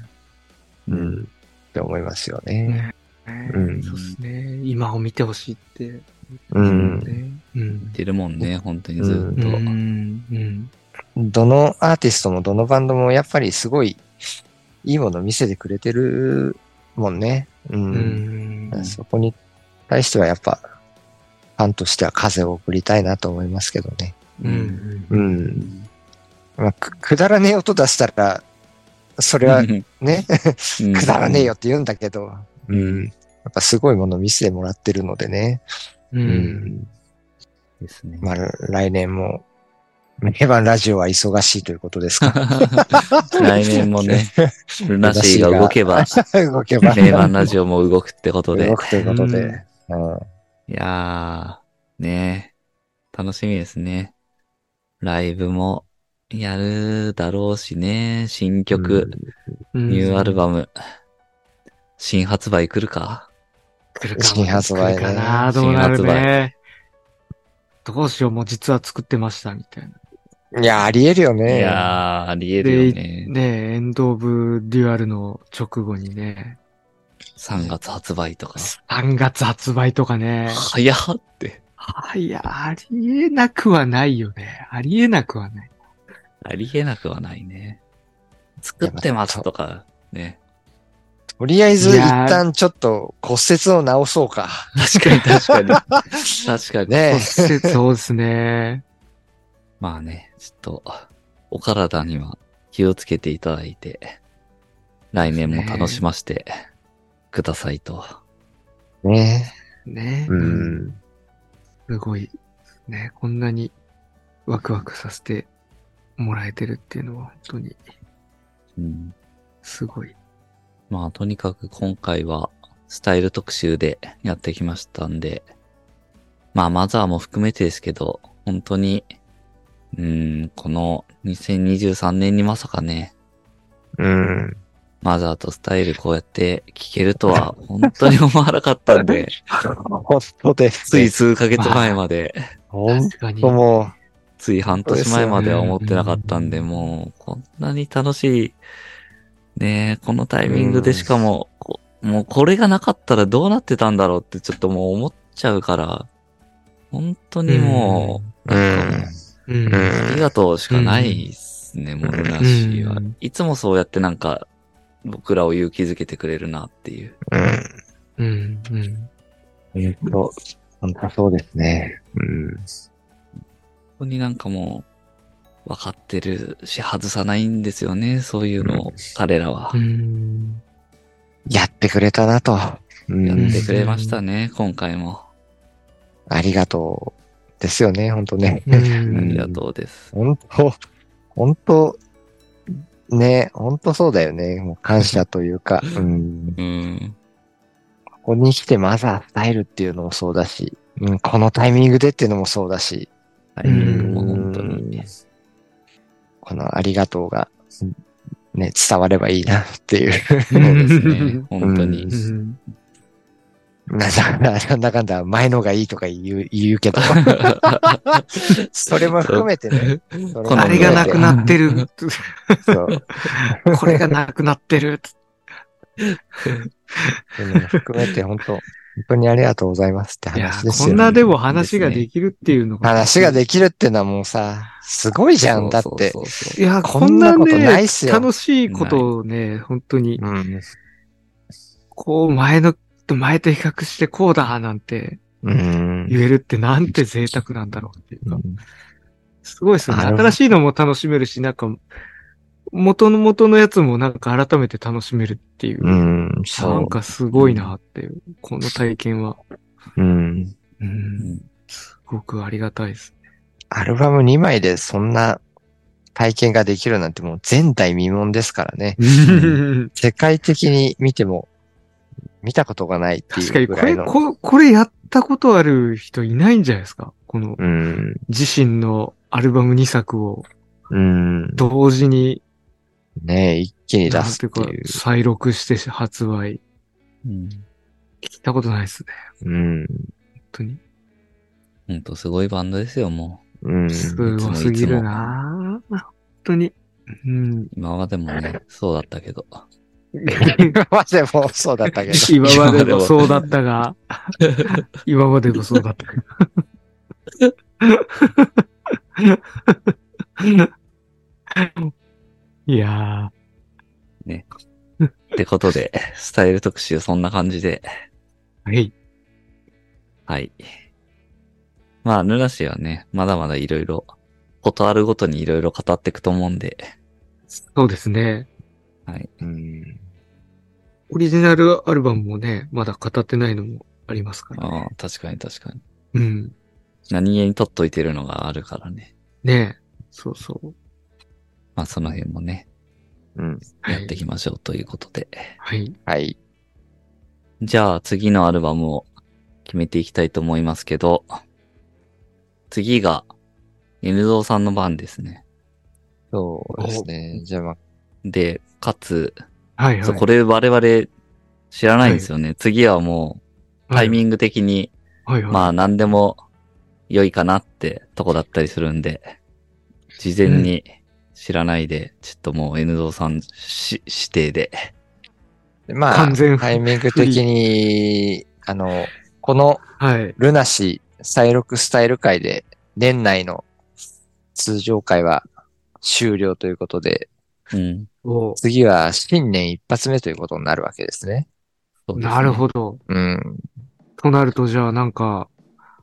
S2: う、うんって思いますよね。う
S3: うんん。そうですね。今を見てほしいって。
S2: うん。
S3: ね
S1: 言ってるもんね、本当にず
S3: う
S1: っ
S3: ん。
S1: と。
S3: うん。
S2: どのアーティストもどのバンドもやっぱりすごいいいもの見せてくれてるもんね。うん。
S3: うん。
S2: そこに対してはやっぱ、ファンとしては風を送りたいなと思いますけどね。
S3: う
S1: うん
S3: ん。
S2: うん。まあ、くくだらねえ音出したら、それはね、 くだらねえよ。って言うんだけど、うん。やっぱすごいもの見せてもらってるのでね。
S3: う。
S2: うん
S1: ですね。
S2: まあ、来年も、ヘバンラジオは忙しいということですか
S1: 来年もね、ルナシーが動けば、
S2: 動けば。
S1: 名盤ラジオも動くってことで
S2: 動。くということで。
S3: うん
S2: うん
S1: いやー、ねえ楽しみですね。ライブもやるだろうしね、新曲、
S3: うん
S1: ニューアルバム、新発売来るか
S3: 来るかも
S2: 新発売ね
S3: 来るかなどうなるね。どうしよう、もう実は作ってました、みたいな。
S2: いや、ありえるよ
S1: い
S2: ね。
S1: やー、ありえるよね。
S3: ねえ、エンド・オブ・デュアルの直後にね、
S1: 3月発売とか。
S3: 3月発売とかね、
S1: 早っって。
S3: はいや、ありえなくはないよね。ありえなくはない。
S1: ありえなくはないね。作ってますとか、ね。
S2: とりあえず
S3: い
S2: 一
S3: や
S2: 旦ちょっと骨折を治そうか。
S1: 確かに確かに。 確かに。
S2: ねえ。
S3: そうですね。
S1: まあね、ちょっと、お体には気をつけていただいて、来年も楽しませてくださいと。
S2: ね
S3: ね
S2: え。うん。
S3: すごい、ね、こんなにワクワクさせてもらえてるっていうのは本当に
S1: うん
S3: すごい。
S1: まあ、とにかく今回は、スタイル特集でやってきましたんで、まあ、マザーも含めてですけど、本当に、うん、この2023年にまさかね、
S2: うん。
S1: マザーとスタイルこうやって聞けるとは、本当に思わなかったんで、
S2: 本当です
S1: つ
S2: ね。
S1: い数ヶ月前まで、
S2: 本
S3: 確かに。
S2: 当もう。
S1: つい半年前までは思ってなかったんで、
S3: うん
S1: もう、こんなに楽しい、ねえ、このタイミングでしかも、こもうこれがなかったらどうなってたんだろうってちょっともう思っちゃうから、本当にもう、なんかもう
S3: うん。
S1: ありがとうしかないっすね、もうルナシーは
S3: うん。
S1: いつもそうやってなんか、僕らを勇気づけてくれるなっていう。
S2: う
S3: うん。うん。
S2: ん。うん。本当そうですね。うん。
S1: 本当になんかもう、分かってるし、外さないんですよね、そういうのを、彼らは
S3: う。ん。
S2: やってくれたなと。う
S1: や
S2: ん
S1: っ。てくれましたね、今回も。
S2: ありがとう。ですよね、本当ね。
S1: あ
S3: うん
S1: りがとうです。
S2: 本当、本当、ね、本当そうだよね。もう感謝というか、うん、
S1: うん。
S2: ここに来てマザースタイルっていうのもそうだし、うん、このタイミングでっていうのもそうだし、
S1: タイミングも本当にね。
S2: このありがとうが、うんね、伝わればいいなっていう。
S1: そうですね。本当に
S2: う。
S3: うん
S2: なんだかんだ、なんだかんだ、前のがいいとか言う、言うけ ど、それも含めてね。それも含めて
S1: この
S3: あれがなくなってる。
S2: そう。
S3: これがなくなってる。
S2: そういうのも含めて、本当 本当にありがとうございますって
S3: いや
S2: 話、ですよ
S3: こ
S2: ね。
S3: んなでも話ができるっていうのが。
S2: 話ができるってのはもうさ、すごいじゃん。だっ
S1: そう
S2: て。
S1: そうそう
S3: いや、
S2: こ
S3: こ
S2: ん
S3: ん
S2: な
S3: な
S2: ことないっ
S3: ね、
S2: すよ。
S3: 楽しいことをね、本当に、
S2: うん。
S3: こう前の、前と比較してこうだなんて
S2: うん。
S3: 言えるってなんて贅沢なんだろうっていうか。すごいですよね。
S2: なるほど
S3: 新しいのも楽しめるし、なんか、元の元のやつもなんか改めて楽しめるっていう。
S2: うん、
S3: な
S2: そ
S3: んかすごいなっていう、この体験は。
S2: う。うん。
S1: う
S3: う。
S1: んん
S3: すごくありがたいです。
S2: アルバム2枚でそんな体験ができるなんてもう前代未聞ですからね。
S3: うん
S2: 世界的に見ても見たことがないって
S3: 確か
S2: いう
S3: にこ
S2: ぐらい
S3: れ、
S2: の。
S3: ここれやったことある人いないんじゃないですかこの
S2: うん。
S3: 自身のアルバム2作を
S2: うん。
S3: 同時に、
S2: ねえ一気に出
S3: なん
S2: す
S3: て
S2: っ
S3: いう
S2: て
S3: か
S2: いう。、
S3: 再録して発売。
S1: うん。
S3: 聞いたことないですね。
S2: うん。
S3: 本当に。
S1: ほんとすごいバンドですよ、も
S2: うん。
S3: すごすぎるなぁ。本当に。うん
S1: う。。今までもね、そうだったけど。
S2: 今 までもそうだったけど。
S3: 今までもそうだっ たが、今までもそうだったが。 いや
S1: ってことで、スタイル特集そんな感じで、
S3: ー、はい。
S1: はい。まあ、ヌラシはね、まだまだいろいろ、ことあるごとにいろいろ語っていくと思うんで、
S3: そうですね。
S2: うん。
S3: オリジナルアルバムもね、まだ語ってないのもありますから。
S1: ああ、確かに確かに。
S3: うん。
S1: 何気に取っといてるのがあるからね。
S3: ねえそうそう。
S1: まあ、その辺もね、
S2: うん。
S3: は
S1: やっ
S3: い
S1: て。いきましょうということで。
S3: はい。
S2: はい。
S1: じゃあ、次のアルバムを決めていきたいと思いますけど、次が、N ゾウさんの番ですね。
S2: そうですね。じゃあ、まあ、
S1: で、かつ、
S3: はいはい。
S1: そうこれ我々知らないんですよね。次はもう、タイミング的に、
S3: はいはい。
S1: まあ何でも良いかなってとこだったりするんで、事前に知らないで、ちょっともう N ゾウさんし指定で。
S2: まあ、
S3: 完全
S2: タイミング的に、あの、この
S3: はい。
S2: ルナシ再録スタイル会で、年内の通常会は終了ということで、
S1: うん。
S3: お
S2: 次は新年一発目ということになるわけですね。
S1: そうですね
S3: なるほど。
S2: うん。
S3: となると、じゃあなんか、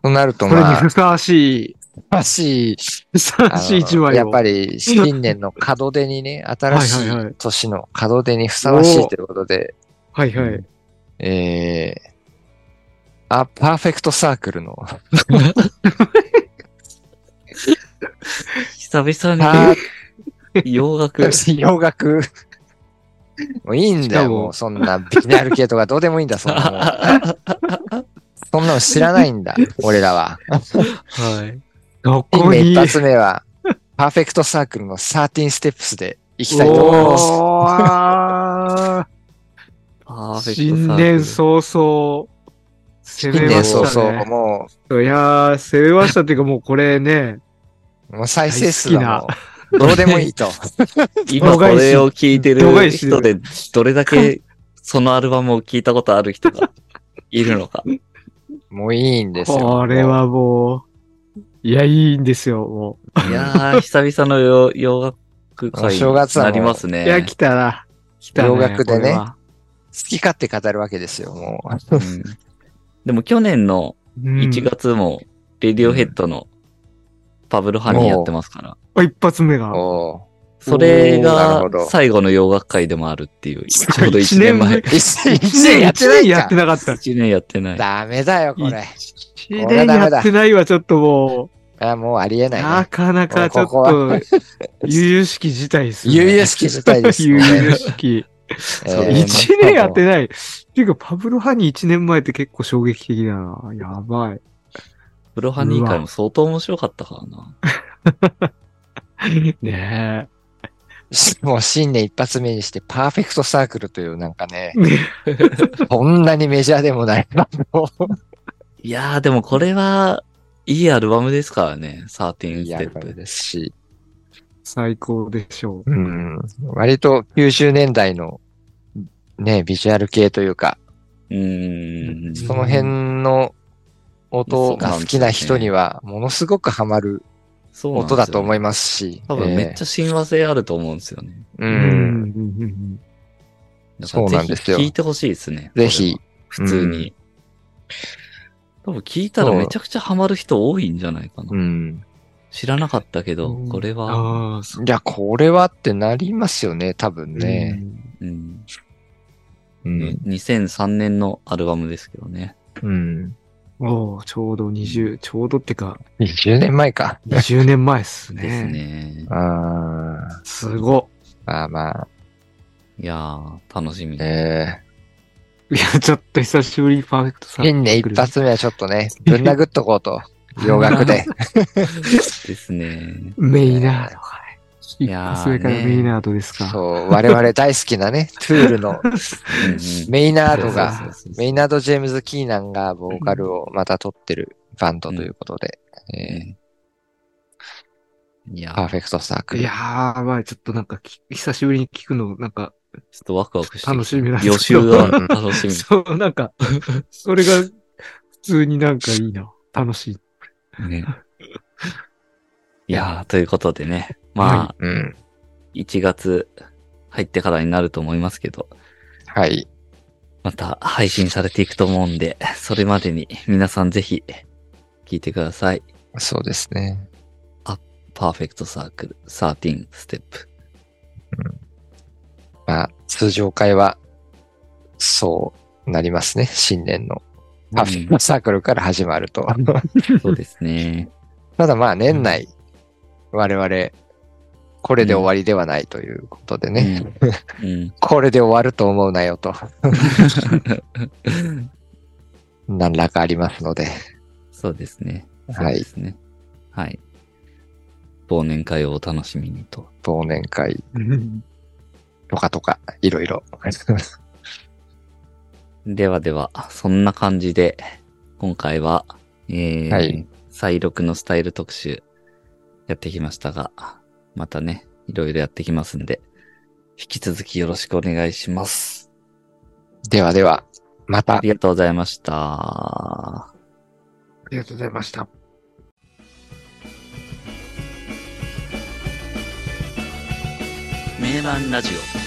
S2: となると、
S3: それに
S2: まあ
S3: ふ、さわしい、
S2: 新しい、
S3: ふさわ
S2: あ
S3: しい一
S2: の
S3: 枚を。
S2: やっぱり新年の門出にね、新し
S3: はいはいはい
S2: い年の門出にふさわしいということで、
S3: はいはい。
S2: えー、あ、パーフェクトサークルの、
S1: 久々
S2: パー
S1: に洋 楽。
S2: 洋楽。もういいんだ
S3: しか
S2: よ、
S3: も
S2: もうそんなビギナー系とかどうでもいいんだ、そんなもん。そんなの知らないんだ、俺らは。
S3: はい。ど
S2: 新
S3: こ
S2: 年
S3: に
S2: 一発目は、パーフェクトサークルの13ステップスで行きたいと思います。
S3: おーあ
S1: パー
S3: ー
S1: フェクトサークル
S3: 新年早々、攻
S2: 新
S3: め
S2: 年
S3: ました
S2: 早
S3: ね。
S2: 々、も
S3: いやー、攻めましたっていうかもうこれね、
S2: う、もう再生数はもう、どうでもいいと。
S1: 今これを聞いて
S3: 度外
S1: る
S3: 視
S1: 人で、どれだけそのアルバムを聞いたことある人がいるのか。
S2: もういいんですよ。
S3: これはもう、いや、いいんですよ、も
S1: いやー、久々の洋洋楽会に
S2: お正月は
S1: な
S2: もう
S1: ります
S3: う。
S1: ね。
S3: いや、来たな。来たね。
S2: 洋楽でね
S3: これは
S2: 好き勝手語るわけですよ、もう。
S1: うんでも去年の
S3: うん
S1: 1月も、レディオヘッドのパブルハニーやってますから、
S3: あ一発目が。
S2: おー
S1: それ
S2: なる
S1: が
S2: ほど
S1: 最後の洋楽会でもあるって いう、
S3: す
S1: ちょ
S3: ご
S1: う
S3: い
S1: ど1年前。
S2: 一年
S3: 一年
S2: やってない
S3: 一年やっ
S2: か。
S3: てなかった。
S1: 1年やってない。
S2: ダメだよ、これ。
S3: 一年やってないはちょっとも
S2: あもうありえ
S3: う、
S2: ないね、
S3: なかなかちょっ、
S2: ここと
S3: 悠々しき事態ですね。
S2: 悠々しき自体です、ね。
S3: 悠々しき。
S2: え
S1: そう
S2: ー
S3: 一年やってない。っていうか、パブロハニー一年前って結構衝撃的だな。やばい。
S1: プロハニー会も相当面白かったからな。
S3: ね
S2: もう新年一発目にして、パーフェクトサークルというなんかね、
S3: え。ね
S2: こんなにメジャーでもないな。
S1: いやー、でもこれは、いいアルバムですからね、13
S2: い
S1: ス
S2: や
S1: テッ
S2: これ
S1: プ。
S2: ですし、
S3: 最高でしょう。
S2: うん、割と90年代の、ね、ビジュアル系というか、
S1: うーん。
S2: その辺の音が好きな人には、ものすごくハマる
S1: そうなんです
S2: 音
S1: よね
S2: だと思いますし。
S1: 多分めっ
S2: ゃ、
S1: ちゃ親和性あると思うんですよね。
S2: う。
S3: うんん。
S1: だから
S2: そうなんですよ
S1: ぜひ聞いてほしいですね。
S2: ぜひ。
S1: これは。普通に。多分聞いたらめちゃくちゃハマる人多いんじゃないか
S2: う
S1: な。
S2: ん。
S1: 知らなかったけど、これは、
S3: ああ、そ
S2: いや、これはってなりますよね、多分
S3: う
S2: ね。。
S1: うん、
S2: うん。
S1: 2003年のアルバムですけどね。
S2: うん。
S3: おおちょうど20、ちょうどってか、
S2: 20年前か。
S3: 20年前っすね。
S1: ですね。
S2: ああ
S3: すご
S2: まあまあ、
S1: いやー、楽しみ。
S2: え
S3: っ。いや、ちょっと久しぶりにパーフェクト
S2: え
S3: さん。
S2: 新年一発目はちょっとね、ぶん殴っとこう と。洋楽で。
S1: ですね。
S3: メイナードかい。
S1: い
S3: 一
S1: やー
S3: 発目から
S1: ね
S3: メイナードですか。
S2: そう、我々大好きなね、トゥールの
S1: うんうん
S2: メイナード
S3: そうそう
S2: が、
S3: そうそう
S2: メイナード・ジェームズ・キーナンがボーカルをまた取ってるバンドということで、え
S1: ねいや
S2: ーパー
S1: ー、
S2: フェクトサークル。
S3: いやー、まあちょっとなんかき、久しぶりに聞くの、なんか、
S1: ちょっとワクワクしてきた。
S3: 楽しみなんで
S1: 予
S3: すけど
S1: 習が楽しみ。
S3: そう、なんか、それが、普通になんかいいな。楽しい。
S1: ね。いやー、ということでね。まあ、
S2: うん。
S1: 1月入ってからになると思いますけど、
S2: はい。
S1: また配信されていくと思うんで、それまでに皆さんぜひ聞いてください。
S2: そうですね。
S1: パーフェクトサークル13ステップ。
S2: まあ、通常会は、そうなりますね。新年のパーフェクトサークルから始まると。
S1: そうですね。
S2: ただまあ、年内、我々、これで終わりではないということで ね、
S1: うん。
S2: これで終わると思うなよと、
S1: うん。
S2: 何らかありますので、
S1: そうですね。そう
S2: は
S1: で
S2: い。
S1: すね。はい。忘年会をお楽しみにと。
S2: 忘年会
S3: うん
S2: とかとか、いろいろ。
S1: ではでは、そんな感じで、今回は、えー、
S2: はい
S1: 再録のスタイル特集、やってきましたが、またね、いろいろやってきますんで、引き続きよろしくお願いします。
S2: ではでは、また
S1: あ。りがとうございました。
S3: ありがとうございました。
S1: 名盤ラジオ